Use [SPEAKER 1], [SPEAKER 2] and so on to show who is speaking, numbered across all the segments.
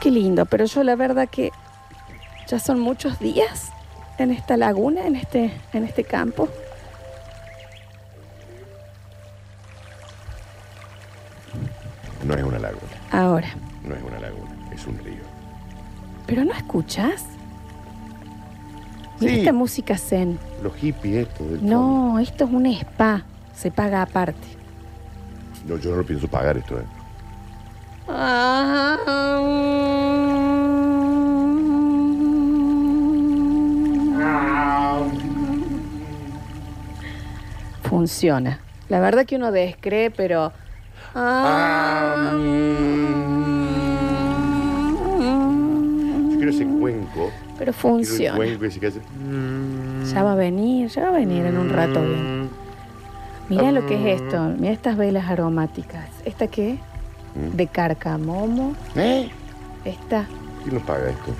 [SPEAKER 1] qué lindo, pero yo la verdad que ya son muchos días en esta laguna, en este, en este campo.
[SPEAKER 2] No es una laguna,
[SPEAKER 1] Ahora,
[SPEAKER 2] no es una laguna, es un río.
[SPEAKER 1] ¿pero no escuchas? Mira
[SPEAKER 2] Sí,
[SPEAKER 1] esta música zen.
[SPEAKER 2] los hippies estos del fondo.
[SPEAKER 1] No, esto es un spa. Se paga aparte.
[SPEAKER 2] No, yo no lo pienso pagar esto, ¿eh?
[SPEAKER 1] Ah. Funciona. La verdad que uno descree, pero... ah.
[SPEAKER 2] Yo quiero ese cuenco.
[SPEAKER 1] Pero
[SPEAKER 2] Quiero el
[SPEAKER 1] Mm. funciona.
[SPEAKER 2] cuenco ese que hace.
[SPEAKER 1] Ya va a venir, ya va a venir en un rato
[SPEAKER 2] Mm.
[SPEAKER 1] bien. Mirá lo que es esto, mirá estas velas aromáticas. ¿Esta qué?
[SPEAKER 2] Mm.
[SPEAKER 1] De carcamomo,
[SPEAKER 2] ¿Eh?
[SPEAKER 1] esta
[SPEAKER 2] ¿Quién nos paga esto?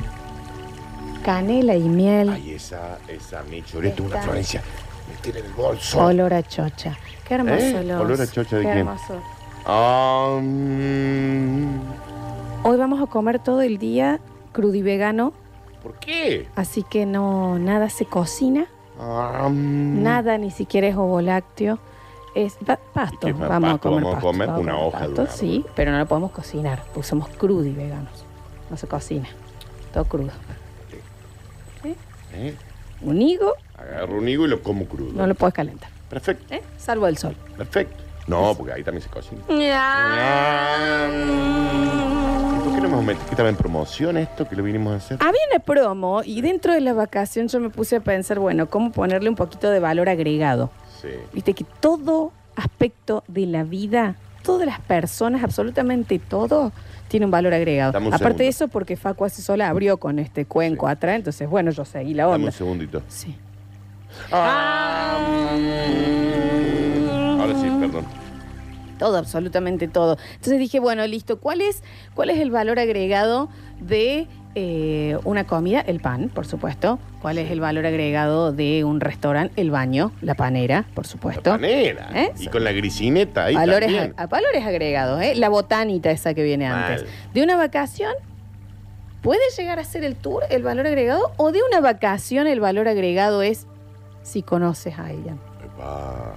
[SPEAKER 1] canela y miel,
[SPEAKER 2] Ay, esa, esa Michoreta, una
[SPEAKER 1] Está.
[SPEAKER 2] Florencia. Metela en el bolso.
[SPEAKER 1] olor a chocha. Qué hermoso
[SPEAKER 2] ¿Eh?
[SPEAKER 1] los-
[SPEAKER 2] ¿Olor a chocha de
[SPEAKER 1] qué
[SPEAKER 2] quién?
[SPEAKER 1] hermoso.
[SPEAKER 2] Ah, mm.
[SPEAKER 1] Hoy vamos a comer todo el día crudo y vegano,
[SPEAKER 2] ¿Por qué?
[SPEAKER 1] así que no nada se cocina,
[SPEAKER 2] Ah, mm.
[SPEAKER 1] nada ni siquiera es ovo lácteo. Es pa- pasto,
[SPEAKER 2] ¿Y qué es más
[SPEAKER 1] vamos a
[SPEAKER 2] pasto?
[SPEAKER 1] comer
[SPEAKER 2] Vamos a
[SPEAKER 1] pasto,
[SPEAKER 2] comer
[SPEAKER 1] vamos a
[SPEAKER 2] una
[SPEAKER 1] comer
[SPEAKER 2] hoja de un
[SPEAKER 1] pasto,
[SPEAKER 2] árbol.
[SPEAKER 1] Sí, pero no lo podemos cocinar, porque somos crudos y veganos. No se cocina, todo crudo.
[SPEAKER 2] ¿Eh?
[SPEAKER 1] Un higo
[SPEAKER 2] Agarro un higo y lo como crudo.
[SPEAKER 1] no lo puedes calentar,
[SPEAKER 2] Perfecto,
[SPEAKER 1] ¿eh? salvo el sol.
[SPEAKER 2] perfecto. No, porque ahí también se cocina. Ah, ¿Por qué no hemos metido? ¿Que estaba en promoción esto que lo vinimos a hacer?
[SPEAKER 1] Había una Ah, promo y dentro de la vacación yo me puse a pensar, bueno, cómo ponerle un poquito de valor agregado.
[SPEAKER 2] Sí.
[SPEAKER 1] Viste que todo aspecto de la vida, todas las personas, absolutamente todo, tiene un valor agregado.
[SPEAKER 2] Dame un
[SPEAKER 1] Aparte de
[SPEAKER 2] segundo.
[SPEAKER 1] eso, porque Facu así sola abrió con este cuenco
[SPEAKER 2] Sí.
[SPEAKER 1] atrás, entonces bueno, yo seguí la
[SPEAKER 2] Dame un
[SPEAKER 1] onda.
[SPEAKER 2] segundito.
[SPEAKER 1] Sí.
[SPEAKER 2] Ah, mm. Ahora sí, perdón.
[SPEAKER 1] Todo, absolutamente todo. Entonces dije, bueno, listo, ¿cuál es, cuál es el valor agregado de eh, una comida? El pan, por supuesto. ¿Cuál es el valor agregado de un restaurante? El baño, la panera, por
[SPEAKER 2] La
[SPEAKER 1] supuesto.
[SPEAKER 2] panera.
[SPEAKER 1] ¿Eh?
[SPEAKER 2] Y con la grisineta ahí
[SPEAKER 1] Valores,
[SPEAKER 2] también.
[SPEAKER 1] a- a valores agregados, ¿eh? La botanita esa que viene antes.
[SPEAKER 2] Mal.
[SPEAKER 1] De una vacación, ¿puede llegar a ser el tour el valor agregado? ¿O de una vacación el valor agregado es si conoces a ella?
[SPEAKER 2] Epa.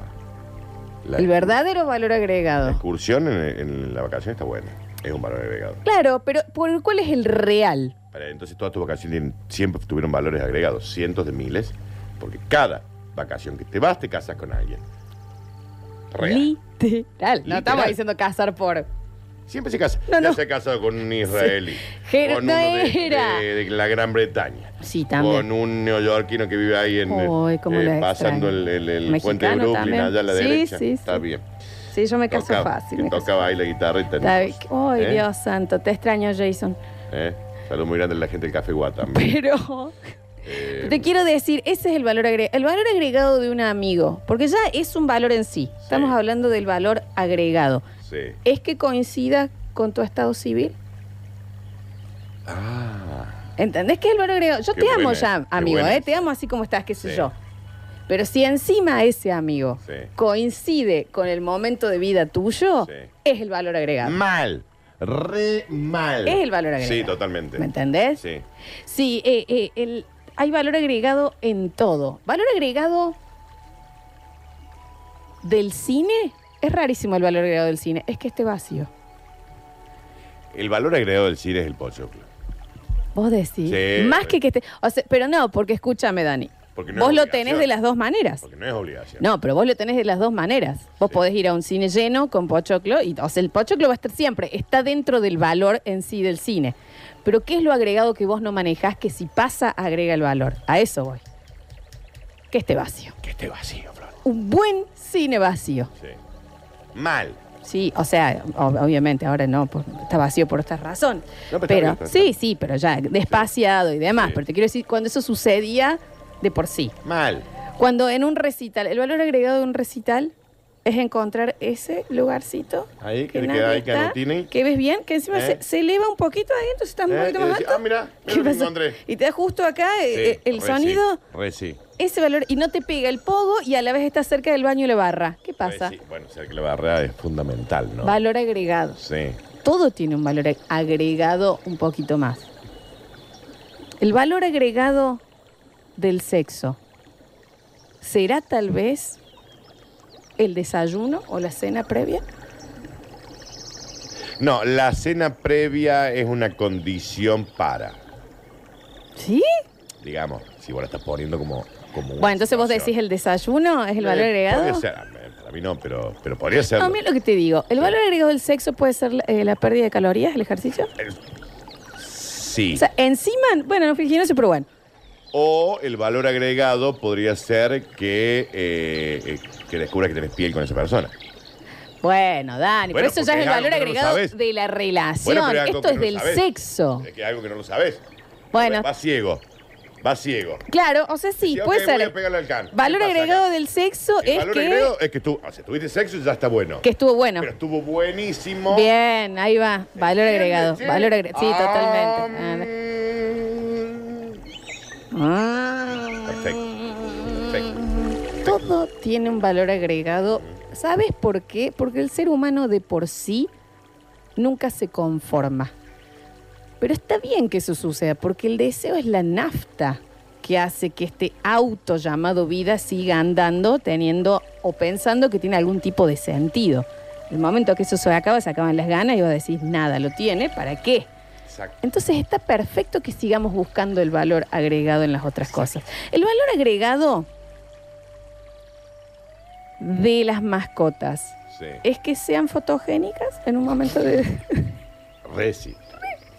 [SPEAKER 2] La,
[SPEAKER 1] El verdadero valor
[SPEAKER 2] la
[SPEAKER 1] agregado.
[SPEAKER 2] excursión en, en la vacación está buena. Es un valor agregado.
[SPEAKER 1] Claro, pero ¿por ¿cuál es el real?
[SPEAKER 2] Para- Entonces todas tus vacaciones tienen- siempre tuvieron valores agregados, cientos de miles, porque cada vacación que te vas te casas con alguien. Real.
[SPEAKER 1] Literal. No
[SPEAKER 2] Literal.
[SPEAKER 1] estamos diciendo casar por.
[SPEAKER 2] Siempre se casa.
[SPEAKER 1] No,
[SPEAKER 2] ya
[SPEAKER 1] no.
[SPEAKER 2] se ha casado con un israelí.
[SPEAKER 1] Ger-
[SPEAKER 2] Con
[SPEAKER 1] no
[SPEAKER 2] uno de,
[SPEAKER 1] era.
[SPEAKER 2] de- de la Gran Bretaña.
[SPEAKER 1] Sí, también.
[SPEAKER 2] Con un neoyorquino que vive ahí en eh,
[SPEAKER 1] Uy, cómo lo
[SPEAKER 2] pasando el,
[SPEAKER 1] extraño.
[SPEAKER 2] el- el
[SPEAKER 1] Mexicano
[SPEAKER 2] puente de Brooklyn
[SPEAKER 1] también.
[SPEAKER 2] allá a la
[SPEAKER 1] Sí,
[SPEAKER 2] derecha.
[SPEAKER 1] sí,
[SPEAKER 2] Está
[SPEAKER 1] sí.
[SPEAKER 2] bien.
[SPEAKER 1] Sí, yo me caso
[SPEAKER 2] Tocaba-
[SPEAKER 1] fácil.
[SPEAKER 2] que
[SPEAKER 1] me caso
[SPEAKER 2] tocaba ahí
[SPEAKER 1] fácil.
[SPEAKER 2] la guitarra y
[SPEAKER 1] Está bien.
[SPEAKER 2] tenemos.
[SPEAKER 1] Ay,
[SPEAKER 2] ¿eh?
[SPEAKER 1] Dios santo, te extraño, Jason.
[SPEAKER 2] ¿eh? Salud muy grande a la gente del Café Eh, Guatam.
[SPEAKER 1] Pero te quiero decir, ese es el valor agregado. El valor agregado de un amigo, porque ya es un valor en sí. Estamos
[SPEAKER 2] Sí.
[SPEAKER 1] hablando del valor agregado.
[SPEAKER 2] Sí.
[SPEAKER 1] ¿Es que coincida con tu estado civil?
[SPEAKER 2] Ah.
[SPEAKER 1] ¿Entendés qué es el valor agregado? Yo
[SPEAKER 2] Qué
[SPEAKER 1] te amo
[SPEAKER 2] buena,
[SPEAKER 1] ya,
[SPEAKER 2] qué
[SPEAKER 1] amigo,
[SPEAKER 2] buena
[SPEAKER 1] ¿eh?
[SPEAKER 2] esa.
[SPEAKER 1] Te amo así como estás, qué sé
[SPEAKER 2] Sí.
[SPEAKER 1] yo. Pero si encima ese amigo
[SPEAKER 2] Sí.
[SPEAKER 1] coincide con el momento de vida tuyo,
[SPEAKER 2] Sí.
[SPEAKER 1] es el valor agregado.
[SPEAKER 2] Mal. Re mal.
[SPEAKER 1] Es el valor agregado.
[SPEAKER 2] Sí, totalmente.
[SPEAKER 1] ¿Me entendés?
[SPEAKER 2] Este, Sí.
[SPEAKER 1] Sí, eh, eh, el- hay valor agregado en todo. Valor agregado del cine. Es rarísimo el valor agregado del cine. Es que esté vacío.
[SPEAKER 2] El valor agregado del cine es el pochoclo.
[SPEAKER 1] Vos decís.
[SPEAKER 2] Sí.
[SPEAKER 1] Más que que esté. o sea, pero no, porque escúchame, Dani.
[SPEAKER 2] Porque no
[SPEAKER 1] vos
[SPEAKER 2] es
[SPEAKER 1] lo
[SPEAKER 2] obligación.
[SPEAKER 1] tenés de las dos maneras.
[SPEAKER 2] Porque no es obligación.
[SPEAKER 1] No, pero vos lo tenés de las dos maneras. Vos
[SPEAKER 2] Sí.
[SPEAKER 1] podés ir a un cine lleno con pochoclo y, o sea, el pochoclo va a estar siempre, está dentro del valor en sí del cine. Pero ¿qué es lo agregado que vos no manejás que si pasa agrega el valor? A eso voy. Que esté vacío.
[SPEAKER 2] Que esté vacío, Flor.
[SPEAKER 1] Un buen cine vacío.
[SPEAKER 2] Sí. Mal.
[SPEAKER 1] Sí, o sea, ob- obviamente ahora no, por- está vacío por esta razón.
[SPEAKER 2] No, pero
[SPEAKER 1] pero
[SPEAKER 2] está bien, está bien.
[SPEAKER 1] sí, sí, pero ya despaciado y demás.
[SPEAKER 2] Sí.
[SPEAKER 1] Pero te quiero decir, cuando eso sucedía de por sí.
[SPEAKER 2] Mal.
[SPEAKER 1] Cuando en un recital, el valor agregado de un recital es encontrar ese lugarcito.
[SPEAKER 2] Ahí, que te
[SPEAKER 1] nadie
[SPEAKER 2] queda ahí, que
[SPEAKER 1] está,
[SPEAKER 2] anotine.
[SPEAKER 1] que ves bien, que encima
[SPEAKER 2] ¿Eh?
[SPEAKER 1] se, se eleva un poquito ahí, entonces estás un
[SPEAKER 2] Eh,
[SPEAKER 1] poquito
[SPEAKER 2] y
[SPEAKER 1] más
[SPEAKER 2] decís,
[SPEAKER 1] alto.
[SPEAKER 2] ah, mira, mira
[SPEAKER 1] ¿Qué
[SPEAKER 2] lo que
[SPEAKER 1] pasa?
[SPEAKER 2] encontré.
[SPEAKER 1] Y te da justo acá eh, eh,
[SPEAKER 2] Sí,
[SPEAKER 1] el
[SPEAKER 2] re
[SPEAKER 1] sonido.
[SPEAKER 2] Sí, re sí.
[SPEAKER 1] ese valor y no te pega el pogo y a la vez estás cerca del baño y la barra. ¿Qué pasa?
[SPEAKER 2] Sí, bueno, ser que la barra es fundamental, ¿no?
[SPEAKER 1] Valor agregado.
[SPEAKER 2] Sí.
[SPEAKER 1] Todo tiene un valor ag- agregado un poquito más. El valor agregado del sexo será tal vez el desayuno o la cena previa.
[SPEAKER 2] No, la cena previa es una condición para,
[SPEAKER 1] ¿Sí?
[SPEAKER 2] digamos, si vos la estás poniendo como... como una
[SPEAKER 1] Bueno, entonces vos
[SPEAKER 2] situación.
[SPEAKER 1] decís el desayuno es el valor
[SPEAKER 2] Eh,
[SPEAKER 1] agregado.
[SPEAKER 2] Podría ser, eh, para mí no, pero, pero podría ser.
[SPEAKER 1] No, mira lo que te digo. ¿El valor agregado del sexo puede ser eh, la pérdida de calorías, el ejercicio?
[SPEAKER 2] Sí.
[SPEAKER 1] O sea, encima, bueno, no fui al gimnasio, pero bueno.
[SPEAKER 2] O el valor agregado podría ser que, eh, eh, que descubras que tenés piel con esa persona.
[SPEAKER 1] Bueno, Dani,
[SPEAKER 2] Bueno,
[SPEAKER 1] por eso ya es el
[SPEAKER 2] porque es algo
[SPEAKER 1] valor
[SPEAKER 2] que no lo
[SPEAKER 1] agregado
[SPEAKER 2] sabes.
[SPEAKER 1] de la relación.
[SPEAKER 2] Bueno, pero es algo
[SPEAKER 1] Esto
[SPEAKER 2] que
[SPEAKER 1] es
[SPEAKER 2] no lo
[SPEAKER 1] del
[SPEAKER 2] sabes.
[SPEAKER 1] sexo.
[SPEAKER 2] Es que es algo que no lo sabes.
[SPEAKER 1] Bueno.
[SPEAKER 2] Va ciego. Va ciego.
[SPEAKER 1] Claro, o sea, sí,
[SPEAKER 2] Decía,
[SPEAKER 1] puede
[SPEAKER 2] "Ok, voy a
[SPEAKER 1] ser.
[SPEAKER 2] pegarle al can".
[SPEAKER 1] Valor
[SPEAKER 2] ¿Qué pasa
[SPEAKER 1] agregado
[SPEAKER 2] acá?
[SPEAKER 1] del sexo
[SPEAKER 2] El
[SPEAKER 1] es
[SPEAKER 2] valor
[SPEAKER 1] que,
[SPEAKER 2] agregado es que tú, o sea, tuviste sexo y ya está bueno.
[SPEAKER 1] que estuvo bueno.
[SPEAKER 2] Pero estuvo buenísimo.
[SPEAKER 1] Bien, ahí va. Valor
[SPEAKER 2] ¿Entiendes?
[SPEAKER 1] agregado.
[SPEAKER 2] Sí.
[SPEAKER 1] Valor agregado. Sí, totalmente.
[SPEAKER 2] Ah, mm.
[SPEAKER 1] Ah.
[SPEAKER 2] Perfecto.
[SPEAKER 1] Todo tiene un valor agregado. ¿Sabes por qué? Porque el ser humano de por sí nunca se conforma. Pero está bien que eso suceda, porque el deseo es la nafta que hace que este auto llamado vida siga andando, teniendo o pensando que tiene algún tipo de sentido. El momento que eso se acaba, se acaban las ganas y vos decís, nada, lo tiene, ¿para qué?
[SPEAKER 2] Exacto.
[SPEAKER 1] Entonces está perfecto que sigamos buscando el valor agregado en las otras cosas. El valor agregado de las mascotas
[SPEAKER 2] Sí.
[SPEAKER 1] es que sean fotogénicas en un momento de...
[SPEAKER 2] Resi.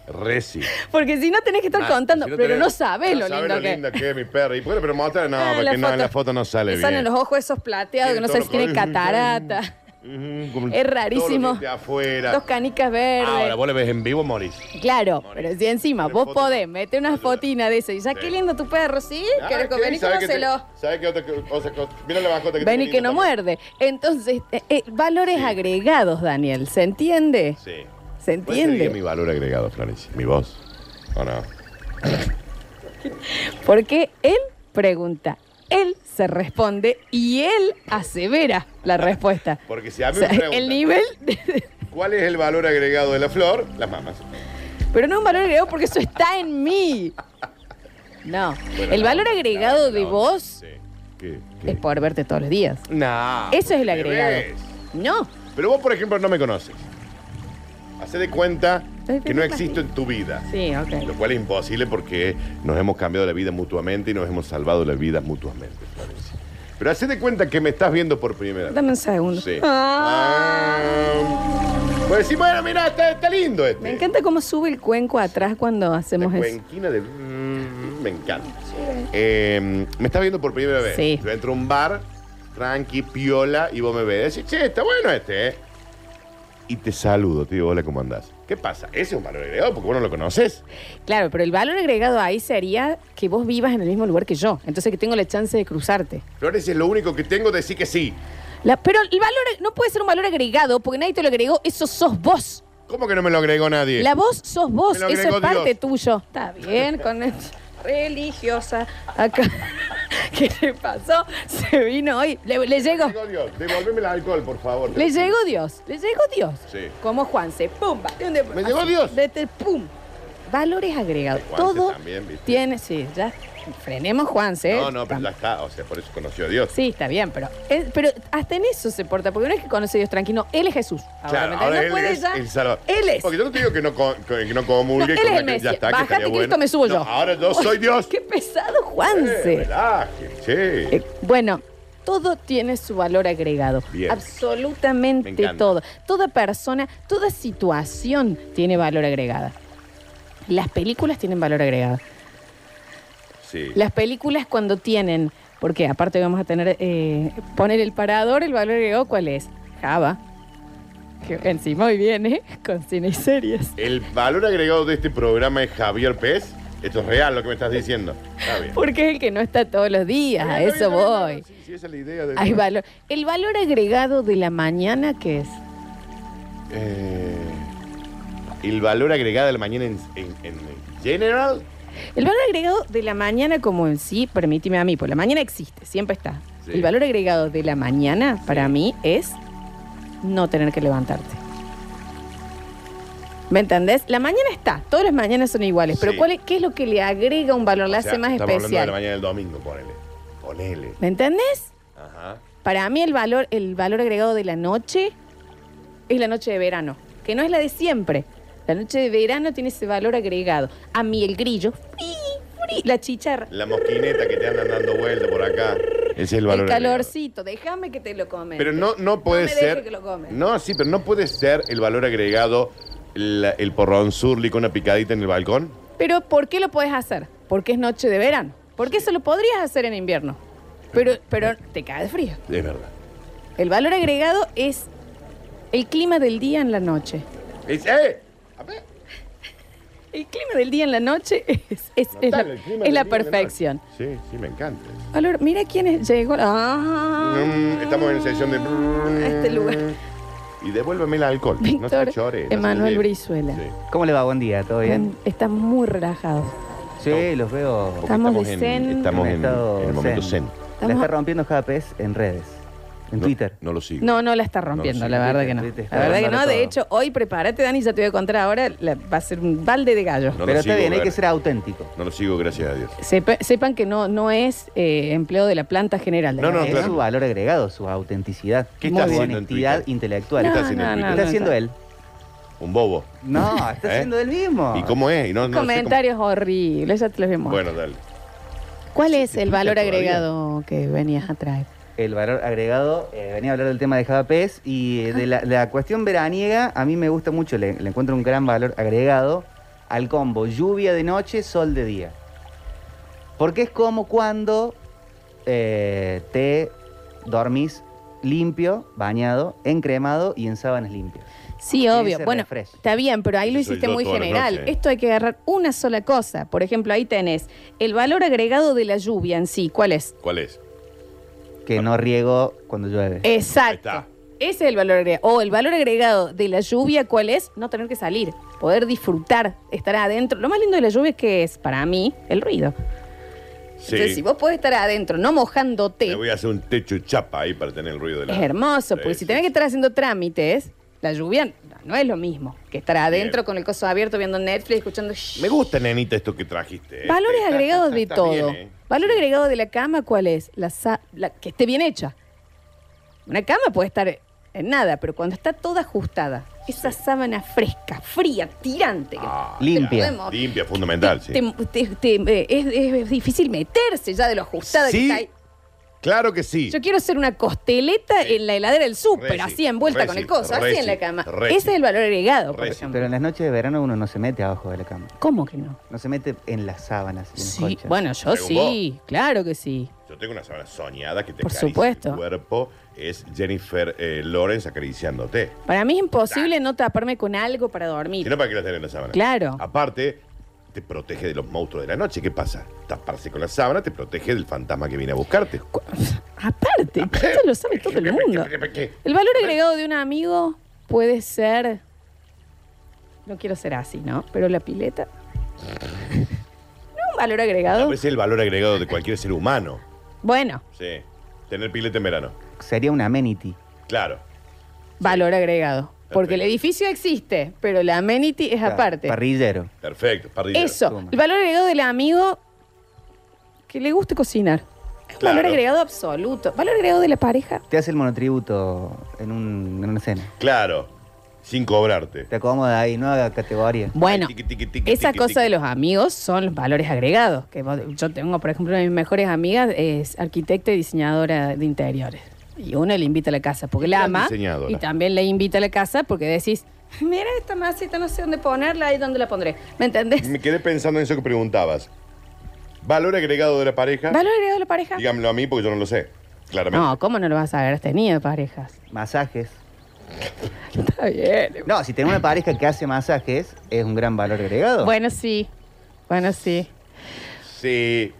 [SPEAKER 2] Resi.
[SPEAKER 1] Porque si no tenés que estar
[SPEAKER 2] Mal,
[SPEAKER 1] contando,
[SPEAKER 2] si
[SPEAKER 1] pero
[SPEAKER 2] tenés-
[SPEAKER 1] no sabés
[SPEAKER 2] no
[SPEAKER 1] lo lindo que...
[SPEAKER 2] lindo que es mi perro. Y bueno, pero mostrar, no,
[SPEAKER 1] Ah,
[SPEAKER 2] porque
[SPEAKER 1] la
[SPEAKER 2] no, en la
[SPEAKER 1] foto-
[SPEAKER 2] foto no sale
[SPEAKER 1] Le
[SPEAKER 2] bien.
[SPEAKER 1] salen los ojos esos plateados, que no sabes
[SPEAKER 2] Tiene
[SPEAKER 1] si
[SPEAKER 2] todo
[SPEAKER 1] tiene
[SPEAKER 2] lo-
[SPEAKER 1] catarata,
[SPEAKER 2] Mm, como
[SPEAKER 1] Es
[SPEAKER 2] todo lo
[SPEAKER 1] rarísimo.
[SPEAKER 2] que esté afuera.
[SPEAKER 1] dos canicas verdes.
[SPEAKER 2] Ahora, vos le ves en vivo, morís.
[SPEAKER 1] Claro, pero si encima
[SPEAKER 2] Tiene
[SPEAKER 1] vos
[SPEAKER 2] fotos-
[SPEAKER 1] podés meter una
[SPEAKER 2] Ayuda.
[SPEAKER 1] fotina de eso y ya, qué
[SPEAKER 2] Sí.
[SPEAKER 1] lindo tu perro, ¿sí? ¿Querés
[SPEAKER 2] Ah,
[SPEAKER 1] que
[SPEAKER 2] ¿qué?
[SPEAKER 1] vení,
[SPEAKER 2] ¿Sabes qué te-
[SPEAKER 1] conócelo?
[SPEAKER 2] ¿Sabes qué otra cosa? cosa- Mira la mascota que
[SPEAKER 1] Ven
[SPEAKER 2] tiene
[SPEAKER 1] y que
[SPEAKER 2] lindo
[SPEAKER 1] no
[SPEAKER 2] también.
[SPEAKER 1] muerde. Entonces, eh, eh, valores
[SPEAKER 2] Sí.
[SPEAKER 1] agregados, Daniel, ¿se entiende?
[SPEAKER 2] Sí.
[SPEAKER 1] ¿Se
[SPEAKER 2] ¿Cuál sería mi
[SPEAKER 1] entiende?
[SPEAKER 2] valor agregado, Florencia? Mi voz. ¿O no?
[SPEAKER 1] Porque él pregunta, él se responde y él asevera la respuesta.
[SPEAKER 2] Porque si a
[SPEAKER 1] O
[SPEAKER 2] mí
[SPEAKER 1] sea,
[SPEAKER 2] me preguntan,
[SPEAKER 1] el nivel... de-
[SPEAKER 2] ¿cuál es el valor agregado de la flor? Las mamas.
[SPEAKER 1] Pero no un valor agregado porque eso está en mí. No,
[SPEAKER 2] Bueno,
[SPEAKER 1] el
[SPEAKER 2] la
[SPEAKER 1] valor
[SPEAKER 2] onda, la
[SPEAKER 1] agregado
[SPEAKER 2] onda,
[SPEAKER 1] de
[SPEAKER 2] la onda.
[SPEAKER 1] vos
[SPEAKER 2] Sí. ¿Qué?
[SPEAKER 1] es poder verte todos los días.
[SPEAKER 2] No.
[SPEAKER 1] Eso es el
[SPEAKER 2] porque
[SPEAKER 1] agregado.
[SPEAKER 2] ves.
[SPEAKER 1] No.
[SPEAKER 2] Pero vos, por ejemplo, no me conoces. Hacé de cuenta
[SPEAKER 1] Estoy
[SPEAKER 2] que no
[SPEAKER 1] feliz,
[SPEAKER 2] existo en tu vida.
[SPEAKER 1] Sí,
[SPEAKER 2] Lo
[SPEAKER 1] ok.
[SPEAKER 2] cual es imposible porque nos hemos cambiado la vida mutuamente y nos hemos salvado la vida mutuamente, Florencia. Pero hacé de cuenta que me estás viendo por primera vez.
[SPEAKER 1] Dame un segundo.
[SPEAKER 2] Sí.
[SPEAKER 1] Ah.
[SPEAKER 2] Ah. Pues decís, bueno, mira, está, está lindo este.
[SPEAKER 1] Me encanta cómo sube el cuenco atrás cuando
[SPEAKER 2] La
[SPEAKER 1] hacemos eso.
[SPEAKER 2] cuenquina de... Mm, Me encanta. Eh, me estás viendo por primera vez.
[SPEAKER 1] Sí.
[SPEAKER 2] Yo entro a un bar, tranqui, piola, y vos me ves. Decís, che, está bueno este, ¿eh? Y te saludo, te digo, hola, ¿cómo andás? ¿Qué pasa? Ese es un valor agregado porque vos no lo conoces.
[SPEAKER 1] Claro, pero el valor agregado ahí sería que vos vivas en el mismo lugar que yo. Entonces que tengo la chance de cruzarte.
[SPEAKER 2] Flores es lo único que tengo de decir que sí.
[SPEAKER 1] La- pero el valor no puede ser un valor agregado porque nadie te lo agregó. Eso sos vos.
[SPEAKER 2] ¿Cómo que no me lo agregó nadie?
[SPEAKER 1] La voz sos vos.
[SPEAKER 2] Me lo
[SPEAKER 1] Eso es
[SPEAKER 2] agregó
[SPEAKER 1] parte
[SPEAKER 2] Dios.
[SPEAKER 1] tuyo. Está bien, con el- religiosa. Acá. ¿Qué le pasó? Se vino hoy. Le, le llegó.
[SPEAKER 2] Digo, Dios, devolveme el alcohol, por favor.
[SPEAKER 1] Le llegó Dios. Le llegó Dios.
[SPEAKER 2] Sí.
[SPEAKER 1] Como Juanse. Pumba. De un de-
[SPEAKER 2] Me llegó Dios.
[SPEAKER 1] De te- pum. Valores agregados.
[SPEAKER 2] Juanse
[SPEAKER 1] Todo
[SPEAKER 2] también, ¿viste?
[SPEAKER 1] tiene. Sí, ya. Frenemos, Juanse.
[SPEAKER 2] No, no, pero ya está. O sea, por eso conoció a Dios.
[SPEAKER 1] Sí, está bien, pero, es- pero hasta en eso se porta, porque no es que conoce a Dios tranquilo, él es Jesús.
[SPEAKER 2] Claro,
[SPEAKER 1] ¿me
[SPEAKER 2] ahora
[SPEAKER 1] entendés?
[SPEAKER 2] él
[SPEAKER 1] Puede
[SPEAKER 2] es
[SPEAKER 1] ya-
[SPEAKER 2] el Salvador.
[SPEAKER 1] Él es.
[SPEAKER 2] Porque yo no te digo que no, co- que no comulgue.
[SPEAKER 1] No, él
[SPEAKER 2] con
[SPEAKER 1] es
[SPEAKER 2] la
[SPEAKER 1] el
[SPEAKER 2] que-
[SPEAKER 1] Messi.
[SPEAKER 2] Ya está, que
[SPEAKER 1] Bajate,
[SPEAKER 2] estaría bueno.
[SPEAKER 1] Cristo, me subo
[SPEAKER 2] No,
[SPEAKER 1] yo.
[SPEAKER 2] Ahora yo soy Dios.
[SPEAKER 1] Qué pesado, Juanse.
[SPEAKER 2] Eh, relaje, che.
[SPEAKER 1] Eh, bueno, todo tiene su valor agregado.
[SPEAKER 2] Bien. Me
[SPEAKER 1] Absolutamente
[SPEAKER 2] encanta.
[SPEAKER 1] todo. Toda persona, toda situación tiene valor agregado. Las películas tienen valor agregado.
[SPEAKER 2] Sí.
[SPEAKER 1] Las películas cuando tienen, porque aparte vamos a tener, eh, poner el parador, el valor agregado, ¿cuál es? Java. Que encima hoy viene con cine y series.
[SPEAKER 2] El valor agregado de este programa es Javier Pérez. Esto es real lo que me estás diciendo. Está bien.
[SPEAKER 1] Porque es el que no está todos los días, a
[SPEAKER 2] Está bien,
[SPEAKER 1] eso
[SPEAKER 2] está bien, está
[SPEAKER 1] voy.
[SPEAKER 2] bien. Sí, sí, esa es la idea de.
[SPEAKER 1] Hay valor. El valor agregado de la mañana, ¿qué es?
[SPEAKER 2] Eh, el valor agregado de la mañana en, en- en general
[SPEAKER 1] El valor agregado de la mañana como en sí, permíteme a mí, pues la mañana existe, siempre está.
[SPEAKER 2] Sí.
[SPEAKER 1] El valor agregado de la mañana para mí es no tener que levantarte. ¿Me entendés? La mañana está, todas las mañanas son iguales, pero
[SPEAKER 2] Sí.
[SPEAKER 1] ¿cuál es- ¿qué es lo que le agrega un valor, la
[SPEAKER 2] O sea,
[SPEAKER 1] hace más
[SPEAKER 2] estamos hablando de la
[SPEAKER 1] especial?
[SPEAKER 2] mañana del domingo, ponele. Ponele.
[SPEAKER 1] ¿Me entendés?
[SPEAKER 2] Ajá.
[SPEAKER 1] Para mí el valor, el valor agregado de la noche es la noche de verano, que no es la de siempre. La noche de verano tiene ese valor agregado. A mí el grillo, fri, fri, la chicharra,
[SPEAKER 2] La mosquineta que te andan dando vuelta por acá. Ese es el valor.
[SPEAKER 1] el
[SPEAKER 2] agregado.
[SPEAKER 1] calorcito, déjame que te lo come.
[SPEAKER 2] Pero no, no puede
[SPEAKER 1] me dejes
[SPEAKER 2] ser.
[SPEAKER 1] que lo come.
[SPEAKER 2] No, sí, pero no puede ser el valor agregado la- el porrón surli con una picadita en el balcón.
[SPEAKER 1] Pero ¿por qué lo puedes hacer? Porque es noche de verano. Porque eso lo podrías hacer en invierno. Pero, pero te cae de frío.
[SPEAKER 2] Es verdad.
[SPEAKER 1] El valor agregado es el clima del día en la noche.
[SPEAKER 2] Es- ¡Eh! A ver.
[SPEAKER 1] El clima del día en la noche es, es- es la,
[SPEAKER 2] Natalia, el clima
[SPEAKER 1] es
[SPEAKER 2] del
[SPEAKER 1] la
[SPEAKER 2] día de
[SPEAKER 1] perfección.
[SPEAKER 2] noche. Sí, sí, me encanta. eso.
[SPEAKER 1] Valor, mira quién llegó. Ah.
[SPEAKER 2] Mm, Estamos en sesión de.
[SPEAKER 1] A este lugar.
[SPEAKER 2] Y devuélveme el alcohol. no
[SPEAKER 1] Víctor
[SPEAKER 2] se chore, no se
[SPEAKER 1] Emanuel
[SPEAKER 2] lleve.
[SPEAKER 1] Brizuela.
[SPEAKER 2] Sí.
[SPEAKER 3] ¿Cómo le va? Buen día, ¿todo bien?
[SPEAKER 1] Están- Están muy relajados.
[SPEAKER 3] Sí, los veo.
[SPEAKER 2] Porque
[SPEAKER 1] Estamos de
[SPEAKER 2] en,
[SPEAKER 1] zen.
[SPEAKER 2] estamos en,
[SPEAKER 3] Estado
[SPEAKER 2] en el momento zen.
[SPEAKER 3] zen.
[SPEAKER 1] Estamos-
[SPEAKER 3] La está rompiendo Japes en redes, en
[SPEAKER 2] No-
[SPEAKER 3] Twitter.
[SPEAKER 2] No, lo sigo.
[SPEAKER 1] No, no la está rompiendo,
[SPEAKER 2] No, sí,
[SPEAKER 1] la verdad que no.
[SPEAKER 3] viste, viste,
[SPEAKER 1] La verdad que no.
[SPEAKER 3] dándolo
[SPEAKER 1] De
[SPEAKER 3] todo.
[SPEAKER 1] hecho, hoy prepárate, Dani, ya te voy a contar ahora. la- va a ser un balde de gallo.
[SPEAKER 2] No lo
[SPEAKER 3] Pero
[SPEAKER 2] sigo,
[SPEAKER 3] está bien, hay
[SPEAKER 2] Ver-
[SPEAKER 3] que ser auténtico.
[SPEAKER 2] No lo sigo, gracias a Dios.
[SPEAKER 1] Sepa- sepan que no, no es eh, empleo de la planta general. de
[SPEAKER 2] No, no,
[SPEAKER 1] la
[SPEAKER 3] es
[SPEAKER 2] claro.
[SPEAKER 3] su valor agregado, su autenticidad.
[SPEAKER 2] ¿Qué
[SPEAKER 3] Muy
[SPEAKER 2] está
[SPEAKER 3] bien.
[SPEAKER 2] haciendo en
[SPEAKER 3] honestidad
[SPEAKER 2] Twitter?
[SPEAKER 3] intelectual.
[SPEAKER 2] ¿Qué
[SPEAKER 1] No,
[SPEAKER 2] está haciendo
[SPEAKER 1] no,
[SPEAKER 2] en
[SPEAKER 1] no,
[SPEAKER 3] ¿Qué
[SPEAKER 2] Twitter?
[SPEAKER 3] está
[SPEAKER 1] no.
[SPEAKER 3] haciendo él?
[SPEAKER 2] Un bobo.
[SPEAKER 3] No, está
[SPEAKER 2] ¿Eh?
[SPEAKER 3] haciendo él mismo.
[SPEAKER 2] ¿Y cómo es? Y no, no sé
[SPEAKER 1] Comentarios horribles, ya te los
[SPEAKER 2] cómo-
[SPEAKER 1] vemos.
[SPEAKER 2] Bueno, dale.
[SPEAKER 1] ¿Cuál es
[SPEAKER 2] ¿se
[SPEAKER 1] el valor
[SPEAKER 2] explica todavía?
[SPEAKER 1] agregado que venías a traer?
[SPEAKER 3] El valor agregado, eh, venía a hablar del tema de Javapés y eh, de la, la cuestión veraniega, a mí me gusta mucho, le, le encuentro un gran valor agregado al combo lluvia de noche, sol de día. Porque es como cuando eh, te dormís limpio, bañado, encremado y en sábanas limpias.
[SPEAKER 1] Sí,
[SPEAKER 3] Ese
[SPEAKER 1] obvio. Bueno,
[SPEAKER 3] refresh.
[SPEAKER 1] está bien, pero ahí lo
[SPEAKER 2] Ese soy
[SPEAKER 1] hiciste
[SPEAKER 2] yo
[SPEAKER 1] muy
[SPEAKER 2] todas las
[SPEAKER 1] general.
[SPEAKER 2] noches, ¿eh?
[SPEAKER 1] Esto hay que agarrar una sola cosa. Por ejemplo, ahí tenés el valor agregado de la lluvia en sí. ¿Cuál es?
[SPEAKER 2] ¿Cuál es?
[SPEAKER 3] Que no riego cuando llueve.
[SPEAKER 1] Exacto.
[SPEAKER 2] está.
[SPEAKER 1] Ese es el valor agregado. O el valor agregado de la lluvia, ¿cuál es? No tener que salir, poder disfrutar, estar adentro. Lo más lindo de la lluvia es que es, para mí, el ruido.
[SPEAKER 2] Sí.
[SPEAKER 1] Entonces, si vos podés estar adentro, no mojándote,
[SPEAKER 2] Me voy a hacer un techo y chapa ahí para tener el ruido de la.
[SPEAKER 1] es hermoso, porque
[SPEAKER 2] Sí,
[SPEAKER 1] si
[SPEAKER 2] sí,
[SPEAKER 1] tenés que
[SPEAKER 2] sí.
[SPEAKER 1] estar haciendo trámites, la lluvia no, no es lo mismo que estar adentro
[SPEAKER 2] Bien.
[SPEAKER 1] con el coso abierto viendo Netflix, escuchando...
[SPEAKER 2] Me gusta, nenita, esto que trajiste. ¿eh?
[SPEAKER 1] Valores
[SPEAKER 2] Está-
[SPEAKER 1] agregados
[SPEAKER 2] está-
[SPEAKER 1] de
[SPEAKER 2] está
[SPEAKER 1] todo.
[SPEAKER 2] bien, ¿eh?
[SPEAKER 1] Valor agregado de la cama, ¿cuál es? La, sa- la- que esté bien hecha. Una cama puede estar en nada, pero cuando está toda ajustada, esa sábana fresca, fría, tirante, que
[SPEAKER 2] Ah,
[SPEAKER 3] Limpia.
[SPEAKER 1] podemos-
[SPEAKER 2] Limpia, fundamental, sí.
[SPEAKER 1] te- te- te- eh, es, es difícil meterse ya de lo ajustada que
[SPEAKER 2] Sí,
[SPEAKER 1] está ahí.
[SPEAKER 2] Claro que sí.
[SPEAKER 1] Yo quiero ser una costeleta
[SPEAKER 2] Sí.
[SPEAKER 1] en la heladera del súper,
[SPEAKER 2] Re sí,
[SPEAKER 1] así envuelta
[SPEAKER 2] re
[SPEAKER 1] con
[SPEAKER 2] sí,
[SPEAKER 1] el coso,
[SPEAKER 2] re
[SPEAKER 1] así en
[SPEAKER 2] sí,
[SPEAKER 1] la cama.
[SPEAKER 2] re
[SPEAKER 1] Ese
[SPEAKER 2] sí.
[SPEAKER 1] es el valor agregado, por
[SPEAKER 2] Re sí.
[SPEAKER 1] ejemplo.
[SPEAKER 3] Pero en las noches de verano uno no se mete abajo de la cama.
[SPEAKER 1] ¿Cómo que no?
[SPEAKER 3] No se mete en las sábanas. y en las
[SPEAKER 1] Sí,
[SPEAKER 3] colchas.
[SPEAKER 1] bueno, yo
[SPEAKER 2] Según
[SPEAKER 1] sí, claro que sí.
[SPEAKER 2] Yo tengo una sábana soñada que te
[SPEAKER 1] Por
[SPEAKER 2] acaricia
[SPEAKER 1] supuesto.
[SPEAKER 2] el cuerpo. Es Jennifer eh, Lawrence acariciándote.
[SPEAKER 1] Para mí es imposible no taparme con algo para dormir.
[SPEAKER 2] Si no, ¿para qué la tenés en la sábana?
[SPEAKER 1] Claro.
[SPEAKER 2] Aparte, te protege de los monstruos de la noche. ¿Qué pasa? Taparse con la sábana te protege del fantasma que viene a buscarte.
[SPEAKER 1] Cu- Aparte, esto lo sabe todo el mundo. El valor agregado de un amigo puede ser. No quiero ser así, ¿no? Pero la pileta. ¿No un valor agregado?
[SPEAKER 2] Ese es el valor agregado de cualquier ser humano.
[SPEAKER 1] Bueno,
[SPEAKER 2] Sí. Tener pilete en verano.
[SPEAKER 3] Sería un amenity.
[SPEAKER 2] Claro.
[SPEAKER 1] valor agregado. Porque el
[SPEAKER 2] Perfecto.
[SPEAKER 1] edificio existe, pero la amenity es
[SPEAKER 3] Claro,
[SPEAKER 1] aparte.
[SPEAKER 3] Parrillero.
[SPEAKER 2] Perfecto. parrillero.
[SPEAKER 1] Eso,
[SPEAKER 3] Toma.
[SPEAKER 1] el valor agregado del amigo que le guste cocinar. Es un
[SPEAKER 2] Claro.
[SPEAKER 1] valor agregado absoluto. Valor agregado de la pareja.
[SPEAKER 3] Te hace el monotributo en, un- en una cena.
[SPEAKER 2] Claro. Sin cobrarte.
[SPEAKER 3] Te acomoda ahí, no haga categoría.
[SPEAKER 1] Bueno,
[SPEAKER 2] Tiqui, tiqui, tiqui,
[SPEAKER 1] Esa
[SPEAKER 2] tiqui,
[SPEAKER 1] cosa
[SPEAKER 2] tiqui.
[SPEAKER 1] de los amigos son los valores agregados. Que vos- yo tengo, por ejemplo, una de mis mejores amigas es arquitecta y diseñadora de interiores. Y uno le invita a la casa porque la
[SPEAKER 2] Gran
[SPEAKER 1] ama.
[SPEAKER 2] diseñadora.
[SPEAKER 1] Y también le invita a la casa porque decís, mira esta masita, no sé dónde ponerla y dónde la pondré. ¿Me entendés?
[SPEAKER 2] Me quedé pensando en eso que preguntabas. ¿Valor agregado de la pareja?
[SPEAKER 1] ¿Valor agregado de la pareja?
[SPEAKER 2] Dígamelo a mí porque yo no lo sé. Claramente.
[SPEAKER 1] No, ¿cómo no lo vas a haber tenido parejas?
[SPEAKER 3] Masajes.
[SPEAKER 1] Está bien.
[SPEAKER 3] No, si tenés una pareja que hace masajes, es un gran valor agregado.
[SPEAKER 1] Bueno, sí. Bueno, sí.
[SPEAKER 2] Sí.